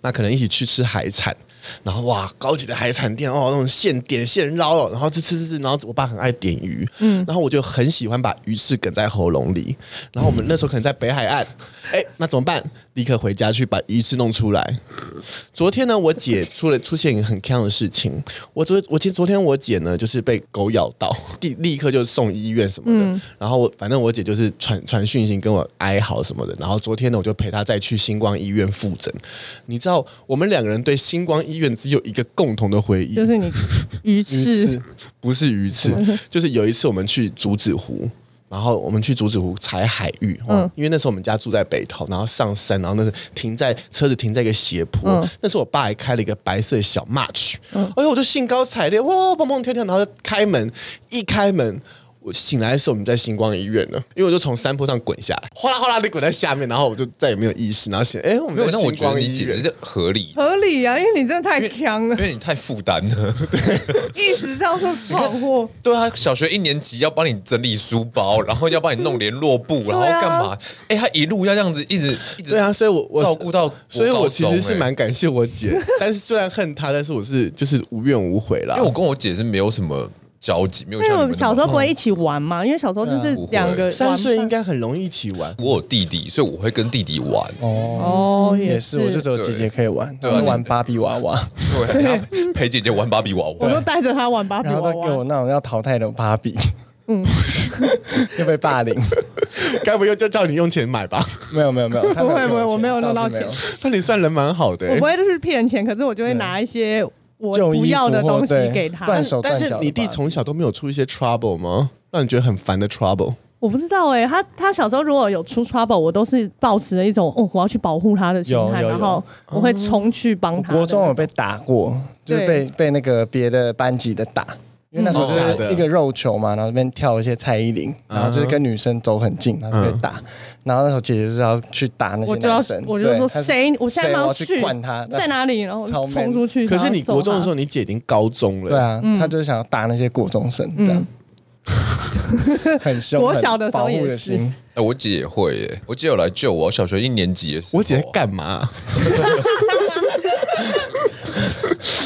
S3: 那可能一起去吃海产。然后哇，高级的海产店哦，那种现点现捞哦，然后吃吃吃吃，然后我爸很爱点鱼，嗯，然后我就很喜欢把鱼刺梗在喉咙里。然后我们那时候可能在北海岸，哎，那怎么办？立刻回家去把鱼刺弄出来。昨天呢，我姐出了出现一个很坑的事情。我昨我其实昨天我姐呢，就是被狗咬到， 立立刻就送医院什么
S2: 嗯
S3: 的。然后我反正我姐就是传传讯息跟我哀嚎什么的。然后昨天呢，我就陪她再去星光医院复诊。你知道，我们两个人对星光医院只有一个共同的回忆，
S2: 就是你鱼
S4: 一
S2: 翅嗯
S4: 次，
S3: 不是鱼刺， 就是有一次我们去竹子湖，然后我们去竹子湖采海芋，嗯
S2: 嗯，
S3: 因为那时候我们家住在北头，然后上山，然后那是停在车子停在一个斜坡，
S2: 嗯
S3: 那时候我爸还开了一个白色的小 March，、哎呦，我就兴高采烈，哇，蹦蹦跳跳，然后就开门，一开门。我醒来的时候，我们在星光医院了，因为我就从山坡上滚下来，哗啦哗啦地滚在下面，然后我就再也没有意识，然后醒，哎、我们
S1: 没有，
S3: 在
S1: 那我
S3: 星
S1: 觉得
S3: 光
S1: 你
S3: 医
S1: 解
S3: 院
S1: 释，这合理，
S2: 合理啊，因为你真的太
S1: 因为
S2: 强了
S1: 因，为你太负担了。
S2: 一直到处闯祸。
S1: 对啊，小学一年级要帮你整理书包，然后要帮你弄联络簿，
S2: 啊
S1: 然后干嘛？哎、他一路要这样子，一直一直
S3: 对啊，所以我我
S1: 照顾到国高中
S3: 所以我其实是
S1: 欸
S3: 蛮感谢我姐， 但是虽然恨她，但是我是就是无怨无悔啦
S1: 因为。我跟我姐是没有什么交集，没有
S2: 因
S1: 像
S2: 为
S1: 你
S2: 我
S1: 们那
S2: 们
S1: 么
S2: 小时候不会一起玩嘛，因为小时候就是
S1: 嗯
S2: 两个
S3: 三岁应
S2: 玩伴
S3: 该很容易一起玩，
S1: 我有弟弟，所以我会跟弟弟玩。
S4: 哦，
S2: 哦，
S4: 也
S2: 是，
S4: 是，我就只有姐姐可以玩，
S1: 对
S4: 对
S1: 啊
S4: 玩芭比娃娃，
S1: 对啊，陪姐姐玩芭比娃
S2: 我
S1: 娃
S2: 都。带着他玩芭比
S4: 然后
S2: 娃
S4: 再给我
S2: 娃。
S4: 那种要淘汰的芭比，嗯， 又被霸凌。
S3: 该不会又叫叫你用钱买吧？
S4: 没有没有没有，他
S2: 不会
S4: 给
S2: 不会我没有弄到
S4: 倒是没
S2: 钱
S3: 那你算人蛮好的、
S2: 我
S3: 欸
S2: 不。会就是骗钱，可是我就会拿一些我
S4: 旧衣
S2: 不
S4: 服
S2: 要的
S4: 或
S2: 东西
S4: 对
S2: 给他。
S4: 断手断
S3: 但
S4: 脚的
S3: 是
S4: 吧。
S3: 你弟从小都没有出一些 trouble 吗？让你觉得很烦的 trouble？
S2: 我不知道哎、他他小时候如果有出 trouble，我都是抱持了一种哦，我要去保护他的心态，
S4: 有有有
S2: 然后我会冲去帮
S4: 我
S2: 他的那
S4: 国
S2: 种。
S4: 中有被打过，就是
S2: 对
S4: 被被那个别的班级的打。因为那时候就
S3: 嗯哦假的嗯
S4: 是一个肉球嘛，然后那边跳一些蔡依林，然后就是跟女生走很近，然后就被打。然后那时候姐姐就是要去打那些
S2: 我就要
S4: 男生，
S2: 我就
S4: 对
S2: 说
S4: 她
S2: 谁，我现在
S4: 谁
S2: 马
S4: 我
S2: 上
S4: 要去灌他，
S2: 在哪里，然后
S4: 超 man
S2: 冲出去。
S3: 可是你
S2: 然后揍
S3: 国中的
S2: 他
S3: 时候，你姐已经高中了。
S4: 对，啊，
S2: 嗯
S4: 他就是想要打那些国中生这样， 很凶。
S2: 国嗯小的时候
S4: 很保护
S2: 也是
S4: 的心
S1: 哎、我姐也会耶、我姐有来救我，小学一年级的时候。
S3: 我姐在干嘛、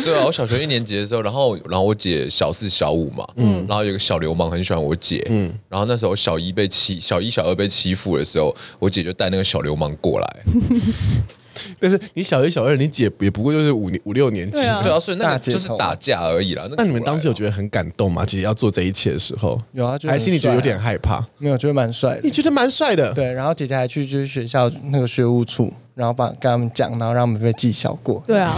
S1: 对啊，我小学一年级的时候，然后然后我姐小四小五嘛，嗯，然后有个小流氓很喜欢我姐，嗯，然后那时候小一被欺，小一小二被欺负的时候，我姐就带那个小流氓过来，
S3: 嗯但是你小一、小二，你姐也不过就是五年、五六年级。
S2: 对 啊
S1: 对啊，所以那个
S4: 大姐
S1: 就是
S4: 头
S1: 打架而已啦。那个
S3: 那你们
S1: 过来啊
S3: 当时有觉得很感动吗？姐姐要做这一切的时候，
S4: 有啊，就
S3: 还心里觉得有点
S4: 很帅
S3: 害怕？
S4: 啊没有，觉得蛮帅
S3: 你
S4: 的。
S3: 觉得蛮帅的，
S4: 对，然后姐姐还去就是学校那个学务处，然后把跟他们讲，然后让他们被记小过，
S2: 对啊，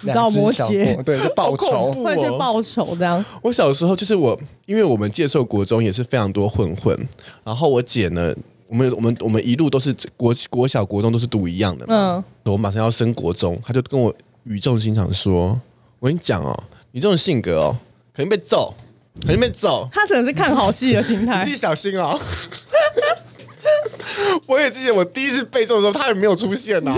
S2: 你知道
S4: 两只
S2: 摩
S4: 小
S2: 羯
S4: 过对，就
S3: 好
S4: 报
S3: 恐
S4: 仇
S3: 怖。哦
S2: 会去报仇这样。
S3: 我小时候就是我，因为我们接受国中也是非常多混混，然后我姐呢，我们我们我们一路都是国国小国中都是读一样的
S2: 嗯
S3: 嘛，我马上要升国中，她就跟我语重心长说：“我跟你讲哦，你这种性格哦，肯定被揍，肯定被揍，
S2: 哎他可能是看好戏的心态
S3: 你自，己小心哦。”我也自己现，我第一次背诵的时候，他也没有出现啊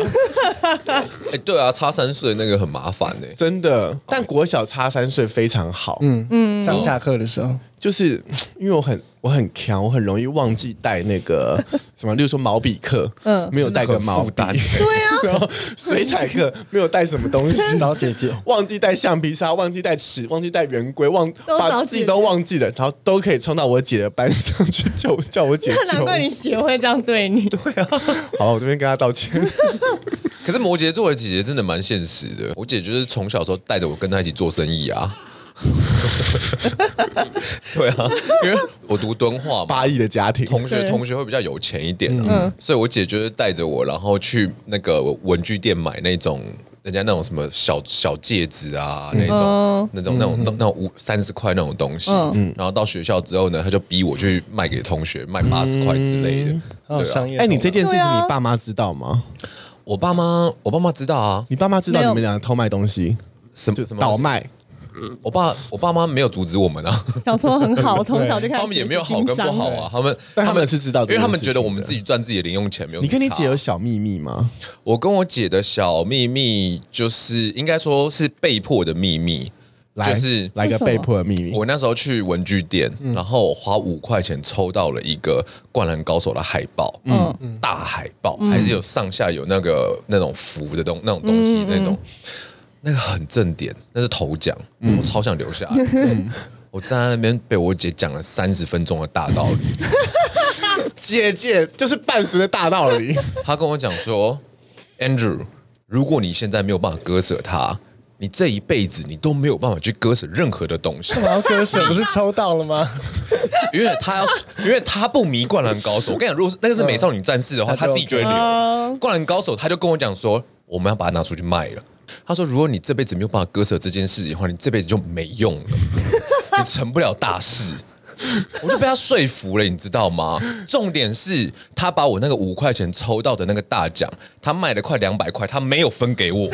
S3: 呐、
S1: 哎、对啊，差三岁那个很麻烦欸呢、
S3: 真的。但国小差三岁非常好，嗯，
S4: 上下课的时候，
S3: 就是 因为我很我很强，我很容易忘记带那 个什么，例如说毛笔课，嗯，没有带个毛笔，对啊， 然后水彩课没有带什 么东西，
S4: 找姐姐。
S3: 忘记带橡皮擦，忘记带尺，忘记带圆规，忘
S2: 都找
S3: 把自
S2: 姐
S3: 己
S2: 姐
S3: 都忘记了，然后都可以冲到我姐的班上去 叫我叫我姐
S2: 那
S3: 救
S2: 难
S3: 我
S2: 怪。你姐会这样对你。
S3: 好，我这边跟她道 歉。
S1: 可是摩羯座的姐姐真的蛮现实的，我姐就是从小时候带着我跟她一起做生意啊。 对啊，因为我读敦化嘛，
S3: 八亿的家庭，
S1: 同学
S2: 对
S1: 同学会比较有钱一点、啊，
S3: 嗯
S1: 所以我姐就是带着我，然后去那个文具店买那种。人家那种什么小小戒指啊，
S3: 嗯
S1: 那
S3: 哦
S1: 种那种那种那种五三十块那种东西，
S3: 嗯
S1: 然后到学校之后呢，他就逼我去卖给同学，卖八十块之类的。
S4: 哦，
S1: 对啊
S4: 商，业。
S3: 哎，你这件事情
S2: 对啊
S3: 你爸妈知道吗？
S1: 我爸妈我爸妈知道啊，
S3: 你爸妈知道
S2: 没有
S3: 你们俩偷卖东西，
S1: 什
S3: 就
S1: 么什么
S3: 倒卖，
S1: 我爸我爸妈没有阻止我们 啊，
S2: 小时候很好，从小就开始
S1: 他们也没有好跟不好
S2: 学习经商。
S1: 啊，他们
S3: 但他们是知道这
S1: 因为
S3: 件
S1: 他们
S3: 事
S1: 觉得
S3: 情
S1: 我们
S3: 的
S1: 自己赚自己的零用钱没有。
S3: 你跟你姐有，小秘密吗？
S1: 我跟我姐的小秘密就是应该说是被迫的秘密，
S3: 来，
S1: 就是
S3: 来个
S2: 为什么
S3: 被迫的秘密。
S1: 我那时候去文具店，然后我花五块钱抽到了一个《灌篮高手》的海报，
S2: 嗯
S1: 嗯，大海报，还是有上下有那个那种符的东那种东西，那种那个很正点，那是头奖，我超想留下来。我站在那边被我姐讲了三十分钟的大道理，
S3: 姐姐就是伴随着大道理，
S1: 他跟我讲说，Andrew，如果你现在没有办法割舍他，你这一辈子你都没有办法去割舍任何的东西，
S4: 然后割舍不是抽到了吗？
S1: 因为他要， 因为他不迷灌篮高手。我跟你讲，如果是那个是美少女战士的话，
S4: 嗯
S1: 他自己就会留
S2: 嗯。
S1: 灌篮高手他就跟我讲说，我们要把它拿出去卖了。他说，如果你这辈子没有办法割舍这件事情的话，你这辈子就没用了， 你成不了大事。我就被他说服了，你知道吗？重点是他把我那个五块钱抽到的那个大奖，他卖了快两百块，他没有分给我。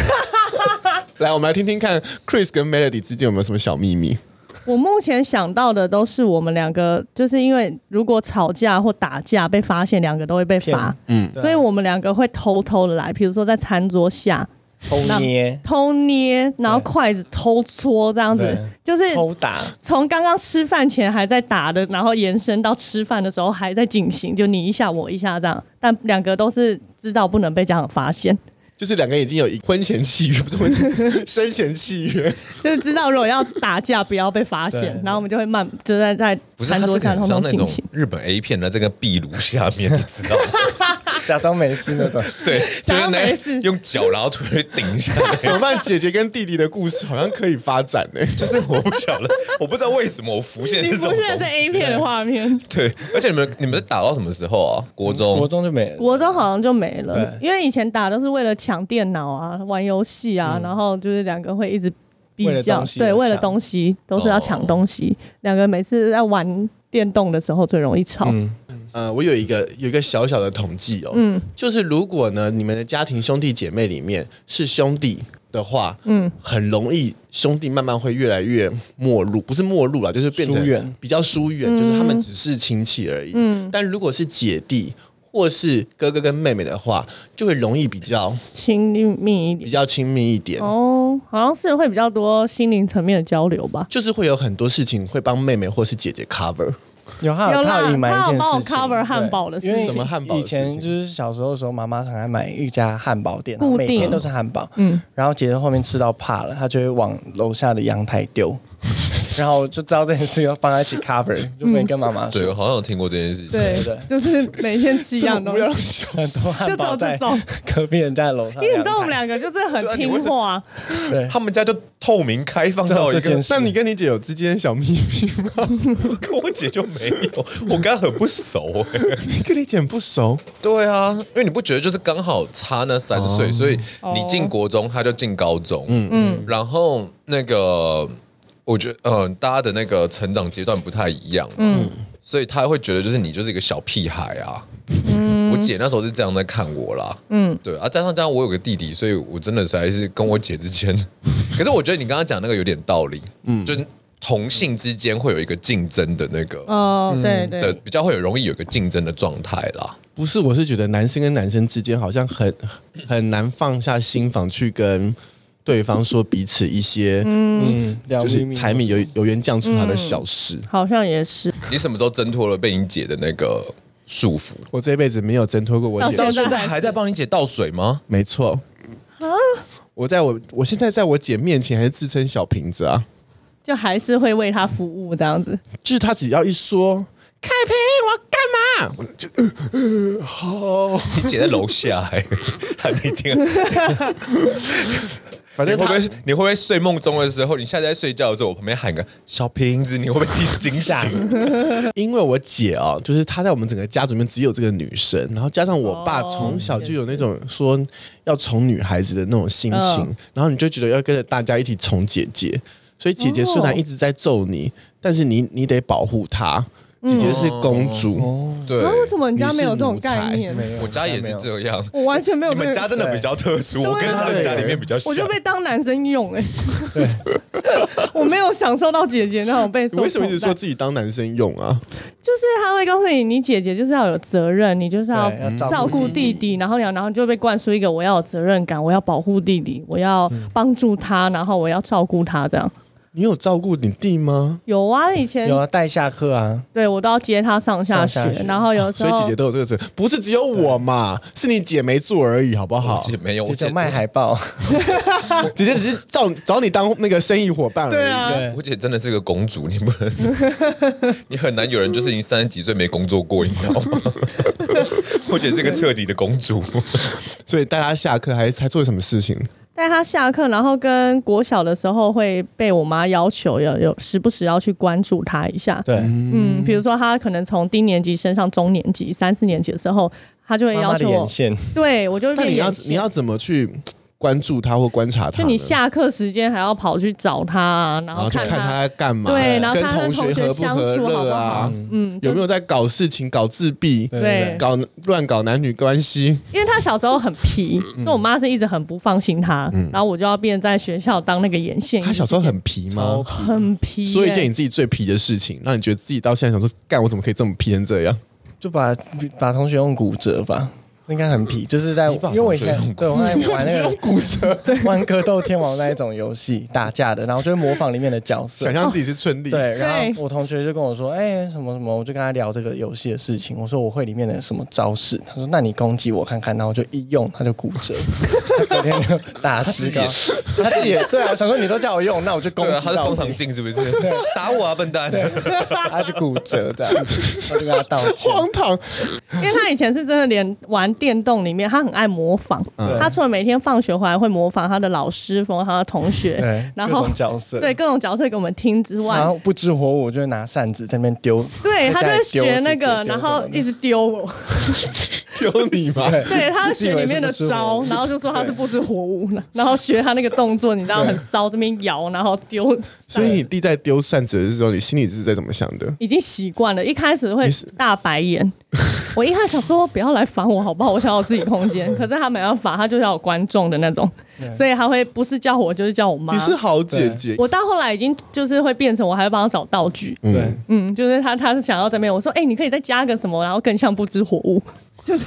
S3: 来，我们来听听看 Chris 跟 Melody 之间有没有什么小秘密？
S2: 我目前想到的都是我们两个，就是因为如果吵架或打架被发现，两个都会被罚。嗯，所以我们两个会偷偷的来，比如说在餐桌下
S4: 偷捏、
S2: 偷捏，然后筷子偷搓这样子，就是
S4: 偷打，
S2: 从刚刚吃饭前还在打的，然后延伸到吃饭的时候还在进行，就你一下我一下这样，但两个都是知道不能被家长发现，
S3: 就是两个人已经有一婚前契约，不是婚前生前契约，
S2: 就是知道如果要打架不要被发 现
S4: 对，
S2: 然后我们就会慢就在在
S1: 不是他
S2: 餐
S1: 这
S2: 桌
S1: 个
S2: 上
S1: 很
S2: 通
S1: 像
S2: 通
S1: 那
S2: 进
S1: 种
S2: 行。
S1: 日本 A 片的这个壁炉下面，你知道吗？
S4: 假装没事那种。
S1: 对，就
S2: 假
S1: 是
S2: 装
S1: 那
S2: 没事
S1: 用脚然后腿去顶一下 那
S3: 怎么办？姐姐跟弟弟的故事好像可以发展呢、
S1: 就是我不晓得， 我不知道为什么我浮现
S2: 你
S1: 是这
S2: 不
S1: 种
S2: 现在
S1: 东
S2: 是
S1: 西
S2: A 片的画面，
S1: 对，而且你们你们是打到什么时候啊？国中，
S4: 国中就没了。
S2: 国中好像就没了，
S4: 对
S2: 因为以前打都是为了抢电脑啊、玩游戏啊，然后就是两个会一直比
S4: 嗯为了
S2: 较
S4: 东，西
S2: 对，
S4: 而
S2: 为了
S4: 抢
S2: 东西都是要抢
S1: 哦
S2: 东西，两个每次在玩电动的时候最容易吵。
S4: 嗯
S3: 呃，我有一个有一个小小的统计哦，嗯，就是如果呢，你们的家庭兄弟姐妹里面是兄弟的话，嗯，很容易兄弟慢慢会越来越陌路，不是陌路啦，就是变
S4: 疏
S3: 成
S4: 远
S3: 比较疏远，就是他们只是亲戚而已，嗯，但如果是姐弟。或是哥哥跟妹妹的话，就会容易比较
S2: 亲密一
S3: 比
S2: 点。
S3: 较亲密一点，
S2: 哦，好像是会比较多心灵层面的交流吧。
S3: 就是会有很多事情会帮妹妹或是姐姐 cover。
S4: 有他
S2: 有
S4: 有
S2: 啦
S4: 他有隐瞒一件事情，
S2: 他有帮我 cover 汉堡的事情
S4: 对因为
S3: 什么汉堡的
S4: 以
S3: 事情
S4: 前就是小时候的时候，妈妈常爱买一家汉堡店，
S2: 固定
S4: 每天都是汉堡。嗯，然后姐姐后面吃到怕了，她就会往楼下的阳台丢，然后就知道这件事情，要帮她一起 cover，就
S2: 嗯
S4: 没跟妈妈
S1: 对，
S4: 说。
S1: 我好像有听过这件事情。
S2: 对
S4: 对，
S2: 就是每天吃一样东西。
S4: 很多汉堡在
S2: 就走这
S4: 隔壁人家的楼上，
S2: 因为你知道我们两个就是
S1: 对啊
S2: 很
S1: 你
S2: 听
S1: 为什
S2: 话啊，
S4: 对
S1: 他们家就透明开放到一
S4: 这件
S1: 个
S4: 事，
S3: 那你跟你姐有之间的小秘密 吗？
S1: 跟我姐就没有，我跟她很不熟、欸。
S3: 你跟你姐很不熟，
S1: 对啊，因为你不觉得就是刚好差那三岁，所以你进国中，他就进高中，哦嗯嗯，然后那个我觉得，嗯、大家的那个成长阶段不太一样，嗯，所以他会觉得就是你就是一个小屁孩啊。我姐那时候是这样在看我啦，嗯，对啊，加上加上我有个弟弟，所以我真的实在是跟我姐之间， 可是我觉得你刚刚讲那个有点道理，嗯，就是同性之间会有一个竞争的那个，
S2: 哦，对
S1: 的
S4: 嗯
S2: 对，
S1: 比较会有容易有一个竞争的状态啦。
S3: 不是，我是觉得男生跟男生之间好像很很难放下心房去跟对方说彼此一些，嗯，
S4: 聊
S3: 就
S4: 秘
S3: 是
S4: 密嗯
S3: 柴米油油盐酱醋茶的小事。
S2: 好像也是。
S1: 你什么时候挣脱了被你姐的那个束缚？
S3: 我这辈子没有挣脱过我
S2: 到
S3: 姐
S2: 时候
S1: 到
S2: 现
S1: 现
S2: 在还
S1: 在
S2: 是
S1: 还在帮你姐倒水吗？
S3: 没错。
S4: 啊
S3: 我在我我现在在我姐面前还是自称小瓶子啊，
S2: 就还是会为他服务这样子，
S3: 就是她只要一说开瓶，我要干嘛？我就、呃呃好，
S1: 你姐在楼下、欸，还没听。
S3: 反
S1: 你
S3: 正
S1: 会不
S3: 她
S1: 会你会不会睡梦中的时候，你现在在睡觉的时候，我旁边喊个小瓶子，你会不会自己惊醒？
S3: 因为我姐哦，就是她在我们整个家族里面只有这个女生，然后加上我爸
S2: 哦
S3: 从小就有那种说要宠女孩子的那种心情，
S2: 嗯
S3: 然后你就觉得要跟着大家一起宠姐姐，所以姐姐虽然一直在揍
S2: 哦
S3: 你，但是你你得保护她，姐姐是公主，
S1: 对，
S2: 啊，为什么你家
S3: 你是
S2: 没有这种
S3: 奴才
S2: 概念？
S4: 没有
S1: 我家也是
S4: 样。
S1: 这样。
S2: 我完全没有
S1: 你
S2: 这个。
S1: 们家真的比较特殊，
S2: 啊
S1: 我跟他们家里面比较像。
S2: 我就被当男生用哎、 我没有享受到姐姐那种被受
S3: 你为什么一直
S2: 宠
S3: 说
S2: 待
S3: 自己当男生用啊？
S2: 就是他会告诉你，你姐姐就是要有责任，你就是要
S4: 对要照顾
S2: 照顾弟弟，然后然后你就会被灌输一个我要有责任感，我要保护弟弟，我要帮助他，然后我要照顾他这样。
S3: 你有照顾你弟吗？
S2: 有啊，以前
S4: 有啊，带下课啊，
S2: 对我都要接他上下学，
S4: 上下学
S2: 然后有时
S3: 所以
S2: 候、
S3: 姐姐都有这个责任，不是只有我嘛，是你姐没做而已，好不好
S1: 我？哦姐没有，我
S4: 就
S1: 姐
S4: 叫卖海
S2: 啊
S4: 报。
S3: 姐姐只是找找你当那个生意伙伴而已。
S2: 对啊，
S4: 对
S1: 我姐真的是个公主，你不能，你很难有人就是已经三十几岁没工作过，你知道吗？ 我姐是个彻底的公 主，
S3: 所以大家下课还还做什么事情？
S2: 带他下课，然后跟国小的时候会被我妈要求有有时不时要去关注他一下。
S4: 对，
S2: 嗯，比如说他可能从低年级升上中年级、三四年级的时候，他就会
S4: 妈
S2: 要
S4: 妈的
S2: 求我
S4: 眼，线，
S2: 对我就会
S3: 那
S2: 变
S3: 你要
S2: 眼线
S3: 你要怎么去关注他或观察他
S2: 就
S3: 呢？
S2: 你下课时间还要跑去找他啊，然
S3: 然后
S2: 后
S3: 去看
S2: 他，
S3: 他在干嘛，
S2: 对然后
S3: 跟
S2: 看他
S3: 同
S2: 跟同学
S3: 合不合
S2: 相处好不
S3: 乐
S2: 好
S3: 啊，
S2: 嗯，就
S3: 有没有在搞事情、搞自闭、
S4: 对
S2: 对？
S3: 搞乱搞男女关系？
S2: 因为他小时候很皮，
S3: 嗯
S2: 所以我妈是一直很不放心他，然后我就要变在学校当那个眼线。
S3: 他小时候很皮吗？
S2: 很皮耶，
S3: 说一件你自己最皮的事情，让你觉得自己到现在想说，干我怎么可以这么皮成这样？
S4: 就把把同学用骨折吧，应该很皮。就是在因为我以前对我在玩 那个骨折，玩格斗天王那一种游戏打架的，然后就会模仿里面的角色
S3: 想。象自己是春丽，
S4: 对，然
S2: 对
S4: 后我同学就跟我说，哎、什么什么，我就跟他聊这个游戏的事情。我说我会里面的什么招式，他说那你攻击我看看，然后我就一用他就骨折， 他昨天就打石膏，他自己也对啊，我想说你都叫我用，那我就攻
S1: 对啊，
S4: 击
S1: 她是
S4: 到
S1: 方
S4: 你
S1: 唐镜是不是？打我啊，笨蛋！
S4: 他就骨折这样子， 我就跟他道 歉。
S3: 荒唐。
S2: 因为他以前是真的连玩电动里面，他很爱模仿。
S4: 对
S2: 他除了每天放学回来会模仿他的老师、模仿他的同学
S4: 对，，
S2: 然
S4: 各
S2: 后
S4: 种角色，
S2: 对各种角色给我们听之外
S4: 然，后不知火舞，我就会拿扇子在那边丢，
S2: 对他就
S4: 在
S2: 会
S4: 家里丢
S2: 学那个，
S4: 姐姐丢
S2: 然后一直丢 我。
S3: 丢你吗？
S4: 什么的
S2: 对，他学里面的
S4: 自以为是不知火
S2: 招
S4: 舞，
S2: 然后就说他是不知火舞，然后学他那个动作，你知道很骚，这边摇，然后丢。
S3: 所以你弟在丢扇子的时候，你心里是在怎么想的？
S2: 已经习惯了，一开始会大白 眼。我一开始想说不要来烦我好不好？我想要有自己空间。可是他没办法，他就要有观众的那种，所以他会不是叫我就是叫我妈
S3: 你。是好姐姐，
S2: 我到后来已经就是会变成我还要帮他找道具，
S4: 对，
S2: 嗯，就是他他是想要这边，我说哎、你可以再加个什么，然后更像不知火舞， 就是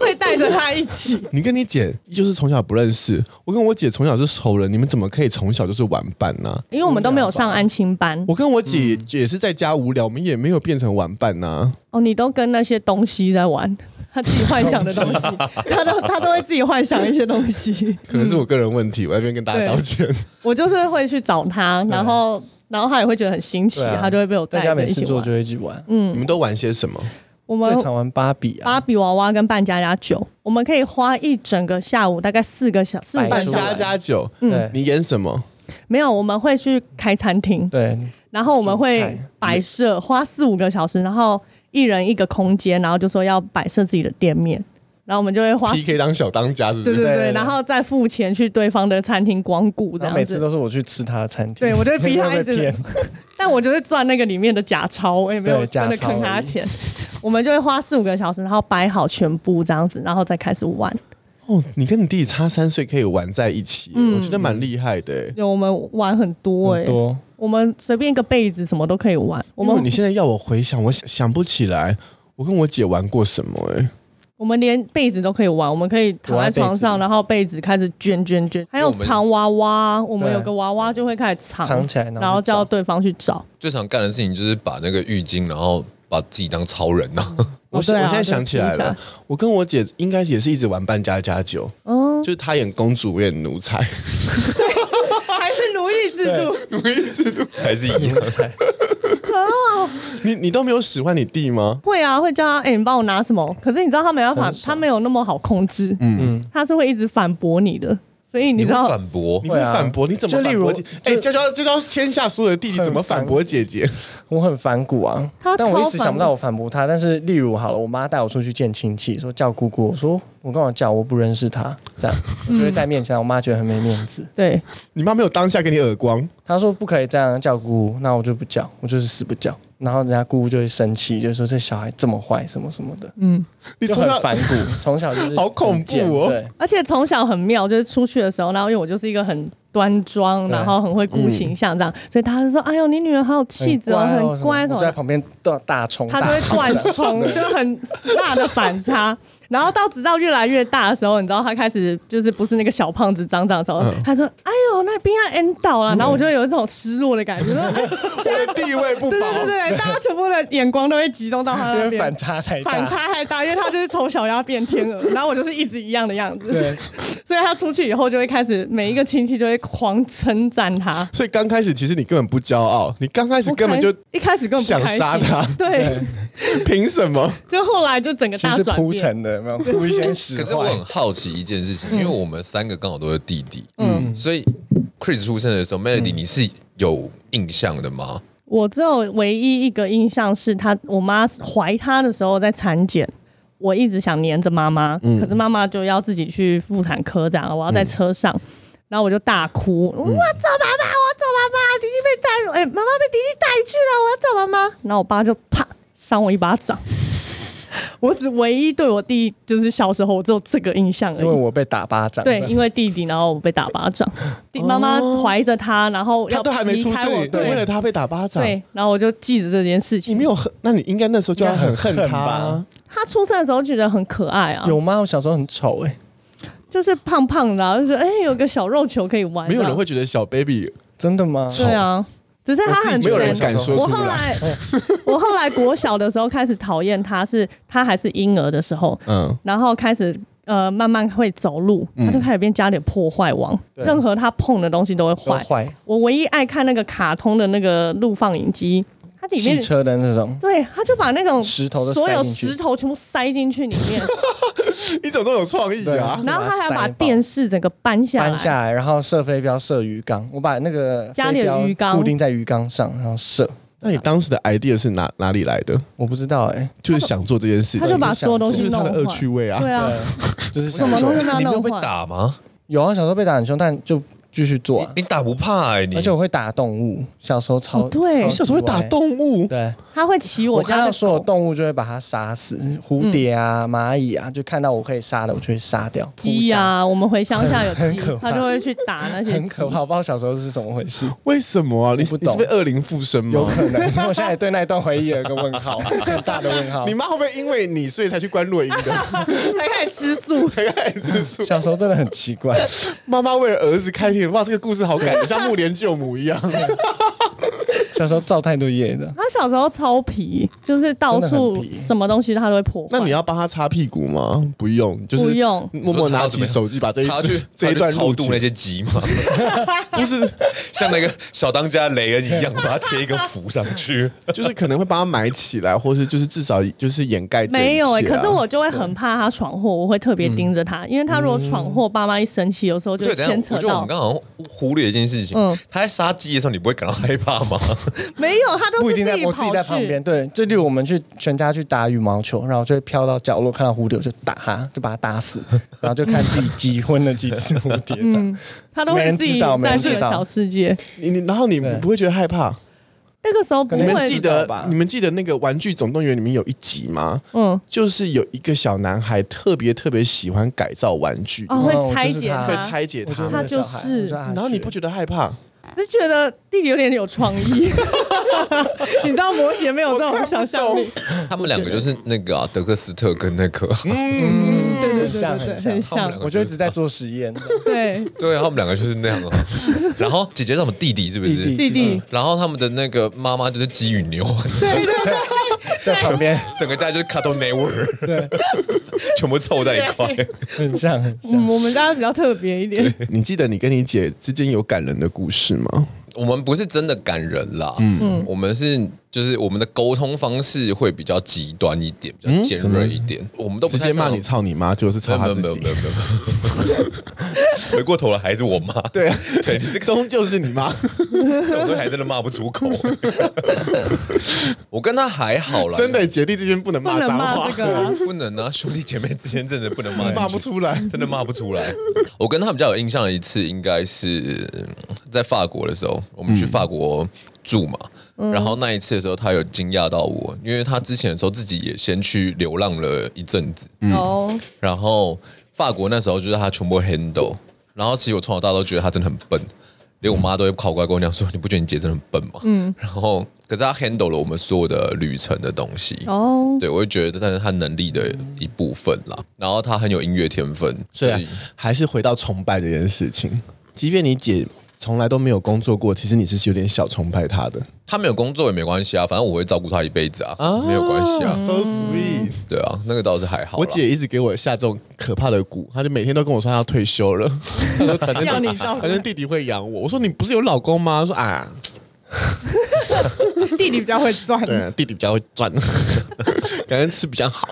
S2: 会带着他一起。
S3: 你跟你姐就是从小不认识，我跟我姐从小是仇人，你们怎么可以从小就是玩伴呢、
S2: 因为我们都没有上安亲班
S3: 我跟我姐
S2: 嗯
S3: 也是在家无聊，我们也没有变成玩伴呐、
S2: 哦，你都跟那些东西在玩，他自己幻想的东 西，他都他都会自己幻想一些东西。
S3: 可能是我个人问
S2: 嗯
S3: 题，我在这边跟大家道歉。
S2: 我就是会去找他，然后然后他也会觉得很新奇，
S4: 对啊
S2: 他就会被我带
S4: 大家
S2: 着
S4: 没
S2: 一
S4: 事
S2: 起
S4: 做
S2: 玩
S4: 就。会一起玩，
S2: 嗯
S3: 你们都玩些什么？
S2: 我们
S4: 最常玩芭比啊，
S2: 芭比娃娃跟扮家家酒，我们可以花一整个下午，大概四个小四五
S4: 扮
S2: 个
S3: 扮
S4: 出
S2: 小
S4: 来
S3: 家
S2: 时。
S3: 家酒，
S2: 嗯
S4: 对
S3: 你演什么？
S2: 没有，我们会去开餐厅，
S4: 对，
S2: 然后我们
S4: 煮
S2: 会
S4: 菜
S2: 摆设，花四五个小时，然后一人一个空间，然后就说要摆设自己的店面，然后我们就会花。
S3: PK 当小当家是不
S2: 对
S3: 是？
S2: 对
S4: 对
S2: 对，
S4: 对
S2: 然后再付钱去对方的餐厅光顾，这样
S4: 然后
S2: 子。
S4: 每次都是我去吃他的餐厅，
S2: 对我就会逼 他
S4: 会
S2: 一
S4: 被
S2: 直
S4: 骗，，
S2: 但我就会赚那个里面的假钞，我也没有
S4: 对假
S2: 真
S4: 钞
S2: 的坑他钱。 我们就会花四五个小时，然后摆好全部这样子，然后再开始玩。
S3: 哦，你跟你弟弟差三岁可以玩在一起，
S2: 嗯
S3: 我觉得蛮厉害的、欸。
S2: 对，我们玩很多哎、
S4: 很多
S2: 我们随便一个被子什么都可以玩。我
S3: 因为
S2: 们
S3: 你现在要我回想，我想想不起来。我跟我姐玩过什么、哎，
S2: 我们连被子都可以玩，我们可以躺在床上，
S4: 躲在被子
S2: 然后被子开始卷卷卷，还有藏娃娃，我们有个娃娃就会开始藏，
S4: 藏起来然后
S2: 然后
S4: 去找
S2: 叫对方去找。
S1: 最常干的事情就是把那个浴巾，然后把自己当超人呐、
S3: 我
S2: 哦
S3: 现
S2: 对啊
S3: 我现在想起来
S2: 对
S3: 了
S2: 听起，
S3: 我跟我姐应该也是一直玩扮家家酒，
S2: 嗯，
S3: 就是她演公主，我演奴 才，
S2: 还是奴役制度，
S1: 还是一样。
S3: 你你都没有使唤你弟吗？
S2: 会啊，会叫他哎、你帮我拿什么？可是你知道他没办法，他没有那么好控制，嗯，他是会一直反驳你的，所以你
S1: 你
S2: 知
S1: 会
S2: 道，
S1: 反驳
S3: 你？会反驳？你怎么
S4: 就例
S3: 反
S4: 如
S3: 驳姐？哎，教
S4: 就
S3: 教教教天下所有的弟弟怎么反驳姐姐？
S4: 我很反骨啊
S2: 他，
S4: 但我一时
S2: 超反骨
S4: 想不到我反驳他。但是例如好了，我妈带我出去见亲戚，说叫姑姑，我说我干嘛叫，我不认识她，这样我就会在面前，我妈觉得很没面子。
S2: 对，
S3: 你妈没有当下给你耳光，
S4: 她说不可以这样叫姑姑，那我就不叫，我就是死不叫。然后人家姑姑就会生气，就说这小孩这么坏，什么什么的，
S3: 嗯你
S4: 就
S3: 从
S4: 很
S3: 小
S4: 反骨， 从小就是
S3: 好恐怖哦
S4: 很贱对，
S2: 而且从小很妙，就是出去的时候，然后因为我就是一个很端庄，
S4: 对
S2: 然后很会顾形象这样，所以他就说：“哎呦，你女儿好有气质哦，很乖
S4: 什
S2: 什么
S4: 么哎啊我在
S2: 的。
S4: 旁边大大冲，”
S2: 他就会
S4: 大
S2: 断
S4: 吼
S2: 冲，就很大的反差。然后到直到越来越大的时候，你知道他开始就是不是那个小胖子长长的时候，他说：“哎呦，那边要 end 到了。”然后我就有一种失落的感觉，说：“哎现在
S3: 地位 不
S2: 对对对
S3: 保。
S2: 对，大家全部的眼光都会集中到他
S4: 因
S2: 那
S4: 为
S2: 边
S4: 反，差太大，
S2: 反差太大，因为他就是从小要变天鹅， 然后我就是一直一样的样子。”
S4: 对，
S2: 所以他出去以后就会开始每一个亲戚就会狂称赞他，
S3: 所以刚开始其实你根本不骄傲，你刚开始根本就
S2: 不开一开始根本不开心
S3: 想杀他
S2: 对，
S3: 凭什么？
S2: 就后来就整个
S4: 其
S2: 大
S4: 实
S2: 转
S4: 铺
S2: 变。
S4: 陈的，有没有铺一些实
S1: 可是我
S4: 话。
S1: 很好奇一件事情，因为我们三个刚好都是弟弟，嗯，所以 Chris 出生的时候，Melody
S4: 嗯
S1: 你是有印象的吗？
S2: 我只有唯一一个印象是他，我妈怀他的时候在产检。我一直想黏着妈妈，
S3: 嗯
S2: 可是妈妈就要自己去妇产科，这样我要在车上，
S3: 嗯
S2: 然后我就大哭，我找妈妈，我要找妈妈，弟弟被带，哎、妈妈被弟弟带去了，我要找妈妈。然后我爸就啪扇我一巴 掌，我只唯一对我弟就是小时候我只有这个印象而
S4: 因为
S2: 已。
S4: 我被打巴掌，
S2: 对，因为弟弟，然后我被打巴掌，弟妈妈怀着他，然后
S3: 哦他
S2: 要
S3: 都还没出
S2: 离
S3: 世
S2: 开我，
S3: 你为
S2: 对
S3: 了他被打巴掌，
S2: 对，然后我就记着这件事情
S3: 你。没有恨，那你应该那时候就要很恨
S4: 应该
S3: 他、
S4: 很恨
S3: 啊
S4: 吧。
S2: 他出生的时候觉得很可爱啊，
S4: 有吗？我小时候很丑哎、
S2: 就是胖胖的、啊，就觉得哎、有个小肉球可以玩。
S3: 没有
S2: 这
S3: 人
S2: 样
S3: 会觉得小 baby，
S4: 真的吗？
S2: 对啊，只是他
S3: 我自
S2: 很
S3: 己没有人
S2: 全
S3: 敢说
S2: 我
S3: 出
S2: 后
S3: 来。
S2: 来， 我后来国小的时候开始讨厌他是，他还是婴儿的时候，
S3: 嗯，
S2: 然后开始呃慢慢会走路，他就开始变家里的破坏王，
S4: 嗯对
S2: 任何他碰的东西都会
S4: 都
S2: 坏。
S4: 坏，
S2: 我唯一爱看那个卡通的那个录放影机，它里
S4: 汽
S2: 面
S4: 车的那种，
S2: 对，他就把那种
S4: 石头都塞
S2: 所有
S4: 进去
S2: 石头全部塞进去里 面，
S3: 你怎么都有创意啊
S4: 对？
S2: 然后他还把
S4: 把它塞爆
S2: 电视整个搬下来，
S4: 搬下来，然后射飞镖，射鱼缸，我把那个
S2: 家里
S4: 飞镖
S2: 有鱼缸
S4: 固定在鱼缸上，然后射。
S3: 那你当时的 idea 是哪哪里来的？
S4: 我不知道哎、
S3: 就是想做这件事
S2: 他就
S3: 情，
S2: 把所有东
S3: 这
S2: 西
S3: 是
S2: 弄
S3: 他
S2: 坏
S3: 的恶。趣味啊。
S2: 对啊，
S4: 就是
S2: 什么
S4: 想
S2: 东
S4: 做
S2: 西都要
S1: 你没有
S2: 弄
S1: 被
S2: 坏。
S1: 打吗？
S4: 有啊，小时候被打很凶，但就继续做、啊
S1: 你，打不怕哎，你
S4: 而且我会打动物，小时候超、
S2: 哦对
S4: 超
S3: 你小时候会打
S4: 级
S3: 动物
S4: 歪，，对。
S2: 他会骑
S4: 我
S2: 我
S4: 看
S2: 家
S4: 到
S2: 的
S4: 所有
S2: 狗、
S4: 动物就会把它杀死，蝴蝶啊、蚂蚁啊，就看到我可以杀的，我就会杀掉。
S2: 鸡啊，我们回乡下有鸡
S4: 可，怕
S2: 他就会去打那些
S4: 互相，
S2: 鸡
S4: 很可怕。。我不知道小时候是什么回事，
S3: 为什么啊？你
S4: 我不
S3: 你是
S4: 懂
S3: 被恶灵附身
S4: 有
S3: 吗？
S4: 可能。我现在也对那一段回忆有一个问 号，很大的问号
S3: 你。妈会不会因为你所以才去关录音 的？
S2: 才开始吃素，
S3: 才开始说
S4: 小时候真的很奇怪，
S3: 妈妈为了儿子开庭，哇，这个故事好感人，像木莲救母一 样。
S4: 小时候造太多业的。
S2: 他小时候超皮，就是到
S4: 真的很
S2: 处
S4: 皮
S2: 什么东西他都会破坏。
S3: 那你要帮他擦屁股吗？不用，就是
S2: 不用
S3: 默默拿起手机把这一
S1: 他要去
S3: 这一
S1: 他
S3: 段
S1: 要去
S3: 录
S1: 超
S3: 起
S1: 度
S3: 来
S1: 那些鸡吗？
S3: 不是，
S1: 像那个小当家雷恩一样，把它贴一个符上 去。
S3: 就是可能会帮他埋起来，或是就是至少就是掩盖这一切啊。
S2: 没有哎、可是我就会很怕他闯祸，我会特别盯着他，因为他如果闯祸，爸妈一生气，有时候就
S1: 对，等一下
S2: 牵扯
S1: 我觉得我
S2: 到
S1: 们刚好像忽略一件事情，
S2: 嗯
S1: 他在杀鸡的时候，你不会感到害怕 吗？
S2: 没有，他都
S4: 不
S2: 是
S4: 一定在，我自己
S2: 跑
S4: 在旁
S2: 去
S4: 边。。对，就例如我们去全家去打羽毛球，然后就会飘到角落，看到蝴蝶我就打它，就把它打死，然后就看
S2: 嗯
S4: 自己击昏了几只蝴蝶。这样
S2: 他都会自己在自己的小世界。
S3: 你你，然后你
S4: 对
S3: 不会觉得害怕？
S2: 那个时候不
S4: 可
S3: 你
S4: 能
S3: 们
S2: 会
S3: 记
S4: 知道
S3: 得
S4: 吧
S3: 你们记得那个《玩具总动员》里面有一集吗？
S2: 嗯，
S3: 就是有一个小男孩特别特别喜欢改造玩具，
S2: 哦，
S4: 哦
S2: 会拆
S4: 就是
S2: 解
S4: 他
S3: 会
S2: 他，
S3: 拆解
S4: 我觉啊
S3: 他们，
S4: 得
S2: 他就是
S4: 我觉得他
S3: 然后你不觉得害怕？
S2: 只是觉得弟弟有点有创 意，你知道摩羯没有这种想象力，
S1: 他们两个就是那个啊，德克斯特跟那个，啊
S2: 嗯，对对对
S4: 像
S2: 对对，
S4: 很
S2: 很
S1: 像他们
S2: 像，
S4: 我就一直在做实验，
S2: 对，
S1: 对啊，他们两个就是那样 啊。然后姐姐是我们弟弟是不是？
S4: 弟弟
S2: 弟弟，
S1: 然后他们的那个妈妈就是鸡与牛，
S4: 在旁 边
S1: 整个家就是 Cartoon Network，对， 全部凑在一块。
S4: 很像很像。
S2: 嗯，我们家比较特别一点，
S3: 你记得你跟你姐之间有感人的故事吗？
S1: 我们不是真的感人啦，嗯，我们是就是我们的沟通方式会比较极端一点，比较尖锐一点，我们都不
S3: 嗯直
S1: 太
S3: 接骂
S1: 上
S3: 你操你妈，就是
S1: 没
S3: 操
S1: 有没
S3: 她
S1: 有
S3: 自
S1: 没有
S3: 己
S1: 没。有没有，回过头来还是我妈，
S3: 对啊，
S1: 对，你 这个
S3: 终究是你妈。
S1: 这种东西还真的骂不出 口。我跟他还好啦，
S3: 真的，姐弟之间不能
S2: 不
S3: 骂
S2: 能
S3: 脏
S2: 骂
S3: 话
S2: 这，个，
S1: 不能啊，兄弟姐妹之间真的不能骂，
S3: 骂不 出来。
S1: 哎真的骂不出来。 我跟他们比较有印象的一次，应该是嗯在法国的时候，我们去法国住嘛。然后那一次的时候，他有惊讶到我，因为他之前的时候自己也先去流浪了一阵子，
S2: 哦，
S1: 然后法国那时候就是他全部 handle，然后其实我从小到大都觉得他真的很笨，连我妈都会跑过来跟我讲说：“你不觉得你姐真的很笨吗？”嗯，然后可是他 handle 了我们所有的旅程的东西，
S2: 哦，
S1: 对我就觉得，但是他能力的一部分啦，然后他很有音乐天分，
S3: 对啊，还是回到崇拜这件事情。即便你姐从来都没有工作过，其实你是有点小崇拜她的
S1: 他没有工作也没关系啊，反正我会照顾他一辈子啊，没有关系啊，
S3: So sweet，
S1: 对啊，那个倒是还好啦。
S3: 我姐一直给我下这种可怕的蛊，她就每天都跟我说她要退休了， 她说反
S2: 要你
S3: 正
S2: 照顾
S3: 反正弟弟会养我。我说你不是有老公吗？她说啊，
S2: 弟弟比较会赚，
S3: 对，啊弟弟比较会赚， 感觉吃比较好。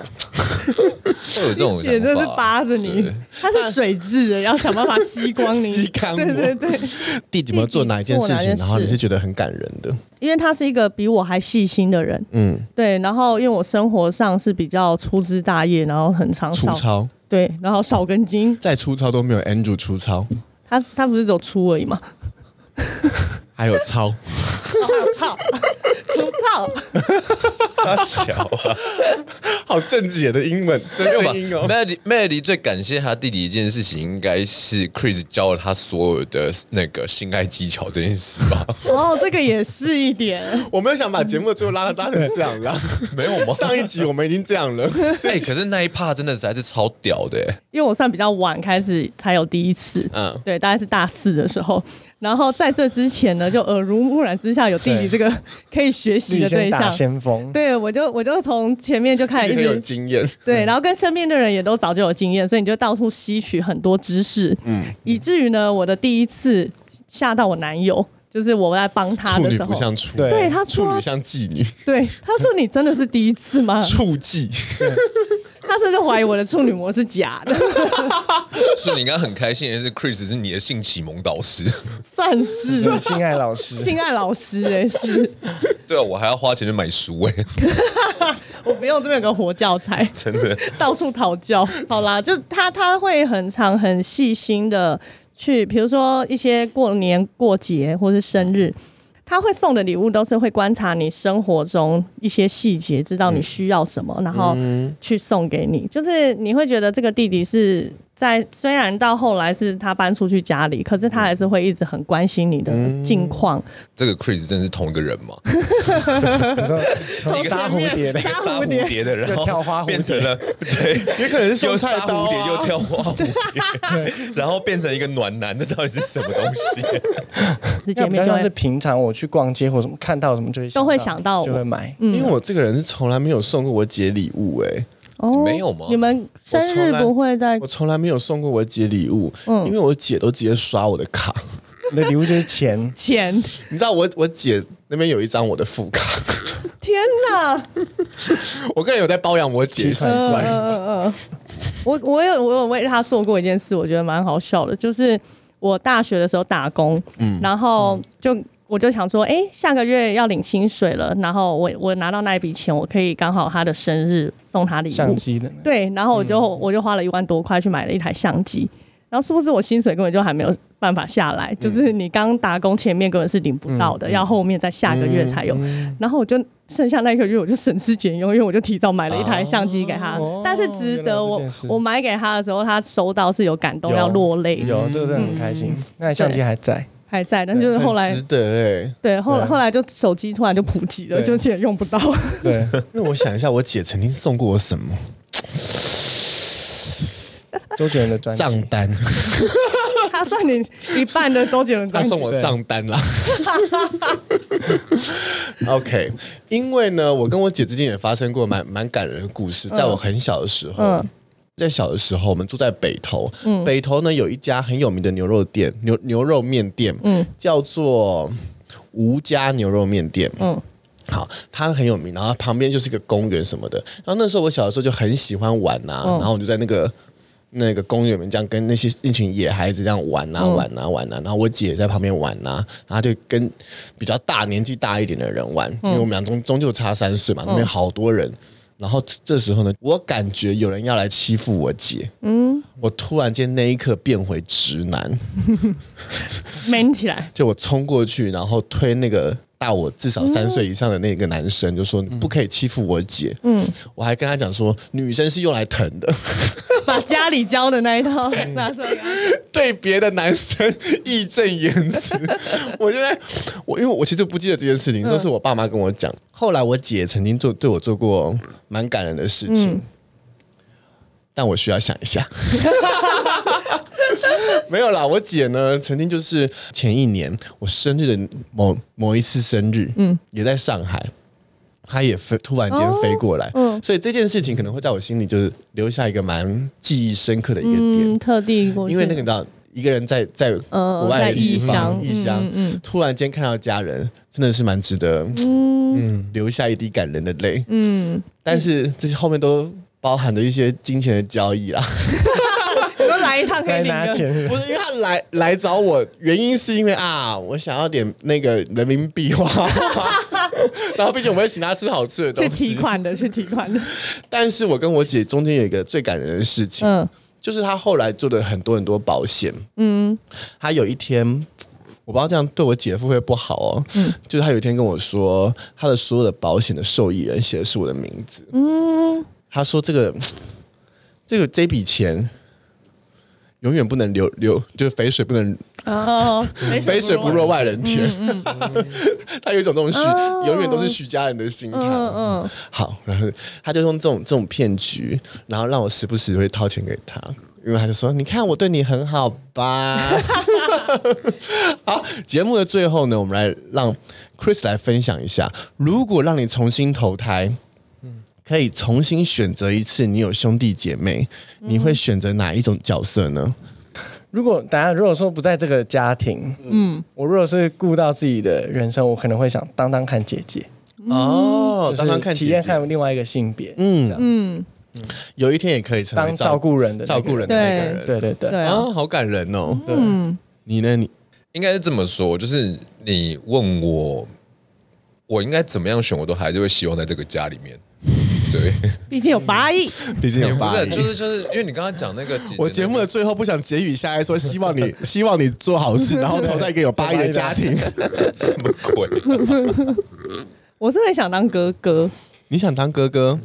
S1: 会有这种
S2: 姐真
S1: 想
S2: 是
S1: 法啊
S2: 扒着你
S1: 对，
S2: 他是水质的，要想办法吸光你，
S3: 吸干我
S2: 对对对，
S3: 弟弟们做哪一件
S2: 弟弟
S3: 事
S2: 做哪
S3: 情
S2: 件，事
S3: 然后你是觉得很感人的，
S2: 因为他是一个比我还细心的人，
S3: 嗯，
S2: 对，然后因为我生活上是比较粗枝大叶，然后很常
S3: 粗
S2: 少
S3: 糙
S2: 对，然后少根筋，
S3: 再粗糙都没有 Andrew 粗糙，
S2: 他他不是走粗而已嘛，
S3: 还有 糙。
S2: 粗糙，粗糙，
S1: 他小啊，
S3: 好正解的英文，真
S1: 没有吧
S3: 正英哦。
S1: ？Melody Melody 最感谢他弟弟一件事情，应该是 Chris 教了他所有的那个性爱技巧这件事 吧？
S2: 哦，这个也是一点，
S3: 我没有想把节目的最后拉拉成这样啦，
S1: 没有吗？
S3: 上一集我们已经这样 了，
S1: 哎、可是那一趴真的实在是超屌的、欸，
S2: 因为我算比较晚开始才有第一次，
S3: 嗯，
S2: 对，大概是大四的时候。然后在这之前呢，就耳濡目染之下，有弟弟
S4: 对
S2: 这个可以学习
S4: 你
S2: 的
S4: 先
S2: 对
S4: 打
S2: 象，
S4: 先锋，
S2: 对，我就我就从前面就开始
S3: 很
S2: 一
S3: 有
S2: 直
S3: 经验。
S2: 对，然后跟身边的人也都早就有经验，所以你就到处吸取很多知识，嗯，以至于呢，我的第一次吓到我男友，就是我在帮他
S3: 处
S2: 的
S3: 女
S2: 时候
S3: 不，像处，
S4: 对
S2: 对他
S3: 处
S2: 说
S3: 女，像妓女，
S2: 对他说你真的是第一次吗？
S3: 处妓。
S2: 他甚至怀疑我的处女膜是假的，
S1: 所以你应该很开心的是，Chris 是你的性启蒙导 师。
S2: 算是
S4: 性爱老师，
S2: 性爱老师哎、是
S1: 对啊，我还要花钱去买书哎、
S2: 我不用这边有个活教材，
S1: 真的。
S2: 到处讨教。好啦，就他他会很长很细心的去，比如说一些过年过节或是生日，他会送的礼物都是会观察你生活中一些细节，知道你需要什么，然后去送给你。就是你会觉得这个弟弟是。在虽然到后来是他搬出去家里，可是他还是会一直很关心你的近况，
S1: 这个 Chris 真的是同一个人吗？
S4: 你说从杀蝴蝶的
S2: 从前面， 杀
S1: 哎杀
S2: 蝴蝶
S1: 蝴蝶的人，哦
S4: 又跳花蝴蝶
S1: 变成了 对，
S3: 也可能是送
S1: 又杀
S3: 菜刀啊
S1: 蝴蝶又跳花 蝴蝶，然后变成一个暖男，这到底是什么东西？
S2: 是姐
S4: 那比
S2: 妹
S4: 较
S2: 就
S4: 像是
S2: 会
S4: 平常我去逛街或什么看到什么就会
S2: 都会想到我
S4: 就会买，
S2: 嗯
S3: 因为我这个人是从来没有送过我姐礼物，哎，
S2: 哦
S1: 没有吗
S2: 你们生
S3: 我从
S2: 日
S3: 来
S2: 不会在。
S3: 我从来没有送过我姐礼物，因为我姐都直接刷我的卡。
S4: 你的礼物就是钱
S2: 前？
S3: 你知道我我姐那边有一张我的副卡，
S2: 天哪！呃
S3: 我个人有在包养我姐，
S4: 奇
S3: 奇
S4: 怪
S3: 怪，
S2: 我我有我有为他做过一件事，我觉得蛮好笑的，就是我大学的时候打工，
S3: 嗯
S2: 然后就我就想说，哎、下个月要领薪水了，然后我我拿到那一笔钱，我可以刚好他的生日送他礼
S4: 相
S2: 物，
S4: 机的呢，
S2: 对，然后我就、
S4: 嗯
S2: 我就花了一万多块去买了一台相机。然后殊不知我薪水根本就还没有办法下来，
S4: 嗯
S2: 就是你刚打工前面根本是领不到的，要后面在下个月才有。
S4: 嗯
S2: 然后我就剩下那一个月，我就省吃俭用，因为我就提早买了一台相机给他。
S4: 哦
S2: 但是值得我
S4: 原来有这件事
S2: 我买给他的时候，他收到是有感动
S4: 有
S2: 要落泪的。嗯
S4: 有这个真的很开心。那你相机还在，
S2: 还在，但就是后来
S3: 很值得哎。
S2: 对，后来
S4: 对
S2: 后来就手机突然就普及了，
S4: 对
S2: 就也用不 到。
S4: 对，
S3: 因为我想一下，我姐曾经送过我什么
S4: 周杰伦的专辑，
S3: 账单，
S2: 他算你一半的周杰伦
S3: 她
S2: 专辑
S3: 送，我账单啦。OK，因为呢，我跟我姐之间也发生过蛮蛮感人的故事，在我很小的时候。
S2: 嗯
S3: 在小的时候，我们住在北投，北投呢有一家很有名的牛肉店，牛牛肉面店，
S2: 嗯
S3: 叫做吴家牛肉面店，
S2: 嗯
S3: 好，它很有名，然后旁边就是一个公园什么的。然后那时候我小的时候就很喜欢玩呐、
S2: 嗯
S3: 然后我就在那个那个公园里面这样跟那些一群野孩子这样玩呐、
S2: 嗯
S3: 玩呐、玩呐、啊然后我姐也在旁边玩呐、然后就跟比较大年纪大一点的人玩，啊
S2: 嗯
S3: 因为我们俩终终究差三岁嘛，那边好多人。然后这时候呢，我感觉有人要来欺负我姐，
S2: 嗯，
S3: 我突然间那一刻变回直男，
S2: 闷起来，
S3: 就我冲过去，然后推那个大我至
S2: 嗯
S3: 少三岁以上的那个男生，就说你不可以欺负我姐。嗯，我还跟他讲说，女生是用来疼的，
S2: 把家里教的那一 套拿出来。
S3: 对别的男生义正言辞。 我现在我因为我其实不记得这件事情，都是我爸妈跟我讲。后来我姐曾经做对我做过蛮感人的事情，但我需要想一下。 没有啦，我姐呢，曾经就是前一年我生日的某某一次生日，嗯，也在上海，她也飞突然间飞过来，嗯，所以这件事情可能会在我心里就是留下一个蛮记忆深刻的一个点，
S2: 嗯，特地过去，
S3: 因为那个你知道，一个人在在
S2: 嗯
S3: 国外的地方
S2: 在异乡
S3: 异乡
S2: 嗯嗯，
S3: 突然间看到家人，真的是蛮值得，嗯，留下一滴感人的泪，嗯，但是这些后面都包含着一些金钱的交易 啦，
S2: 我都来一趟可以
S4: 来
S2: 领
S4: 拿
S2: 个。
S4: 钱是不是
S3: 不是因为他来来找我，原因是因为啊，我想要点那个人民币花， 然后毕竟我们会请他吃好吃的
S2: 去
S3: 东
S2: 提
S3: 西，
S2: 款的，去提款的，
S3: 但是我跟我姐中间有一个最感人的事情，
S2: 嗯
S3: 就是他后来做的很多很多保险，嗯，他有一天。我不知道这样对我姐夫会不会不好哦。嗯，就是他有一天跟我说，他的所有的保险的受益人写的是我的名字。嗯，他说这个这个这笔钱永远不能流流，就是肥水不能
S2: 哦，
S3: 肥水不落外人嗯田。 他有一种这种许
S2: 哦
S3: 永远都是许家人的心态。
S2: 嗯嗯，
S3: 好，然后他就用这种这种骗局，然后让我时不时会掏钱给他，因为他就说：“你看我对你很好吧。” 好，节目的最后呢，我们来让 Chris 来分享一下，如果让你重新投胎，可以重新选择一次，你有兄弟姐妹，你会选择哪一种角色呢？
S4: 如果大家如果说不在这个家庭，嗯，我如果是顾到自己的人生，我可能会想当当看姐姐，
S3: 哦
S4: 就是
S3: 当当看姐
S4: 体验
S3: 姐
S4: 看另外一个性别，嗯，
S3: 有一天也可以成为
S4: 当照顾人的那
S3: 照
S4: 个
S3: 顾人的那个人，
S4: 对对对，
S2: 对
S3: 啊、
S2: 啊，
S3: 好感人哦。
S4: 嗯，
S3: 你呢？你
S1: 应该是这么说，就是你问我，我应该怎么样选，我都还是会希望在这个家里面。对，
S2: 毕竟有八亿，
S3: 毕竟
S1: 也
S3: 有
S1: 不
S3: 八
S1: 是，
S3: 亿
S1: 就是就是，因为你刚刚讲那个姐姐那个，
S3: 我节目的最后不想结语下来说，希望你希望你做好事，然后投在一个有八亿的家庭。
S1: 什么鬼？啊
S2: 我是会想当哥哥，
S3: 你想当哥哥？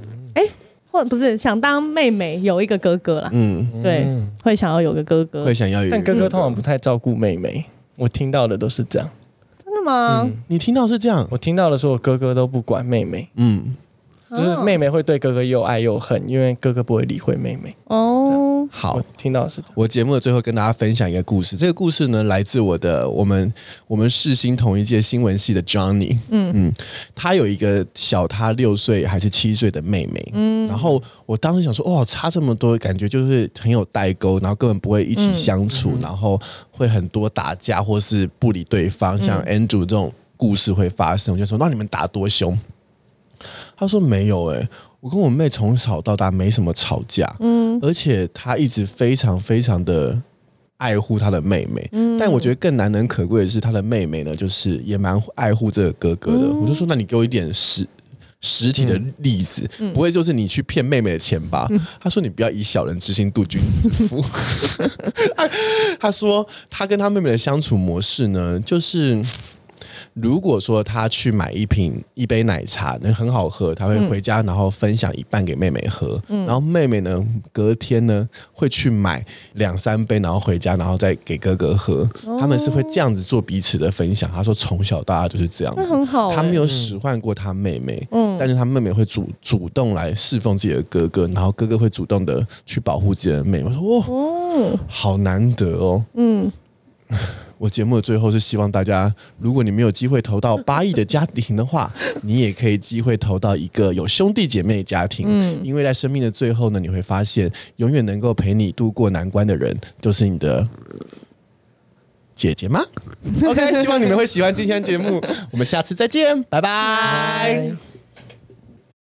S2: 或不是想当妹妹，有一个哥哥啦，
S3: 嗯，
S2: 对，会想要有个哥哥
S3: 会，想要有一个。
S4: 但哥哥通常不太照顾妹妹，我听到的都是这样，
S3: 嗯
S2: 真的吗？
S3: 你听到是这样？
S4: 我听到的说我哥哥都不管妹妹，
S3: 嗯，
S4: 就是妹妹会对哥哥又爱又恨，因为哥哥不会理会妹妹。
S2: 哦，
S3: 好
S4: 我。听到的是这样，
S3: 我节目的最后跟大家分享一个故事，这个故事呢来自我的我们我们世新同一届新闻系的 Johnny，嗯嗯，他有一个小他六岁还是七岁的妹妹，嗯，然后我当时想说，哇，差这么多，感觉就是很有代沟，然后根本不会一起相处，然后会很多打架或是不理对方，像 Andrew 这种故事会发生，我就说，那你们打多凶？他说没有哎、我跟我妹从小到大没什么吵架，嗯，而且她一直非常非常的爱护她的妹妹，但我觉得更难能可贵的是，她的妹妹呢，就是也蛮爱护这个哥哥的。我就说，那你给我一点实实体的例子，不会就是你去骗妹妹的钱吧？他说你不要以小人之心度君子之腹。 他他说他跟他妹妹的相处模式呢，就是如果说他去买一瓶一杯奶茶，那很好喝，他会
S2: 嗯
S3: 回家、然后分享一半给妹妹喝，然后妹妹呢隔天呢会去买两三杯，然后回家然后再给哥哥喝。
S2: 哦
S3: 他们是会这样子做彼此的分享。他说从小到大就是这样子，
S2: 那很好欸嗯
S3: 他没有使唤过他妹妹，但是他妹妹会主主动来侍奉自己的哥哥，然后哥哥会主动的去保护自己的妹妹。我说哦哇、好难得哦。
S2: 嗯，
S3: 我节目的最后是希望大家，如果你没有机会投到八亿的家庭的话，你也可以机会投到一个有兄弟姐妹的家庭。因为在生命的最后呢，你会发现，永远能够陪你度过难关的人，就是你的。姐姐吗？OK，希望你们会喜欢今天的节目，我们下次再见，拜拜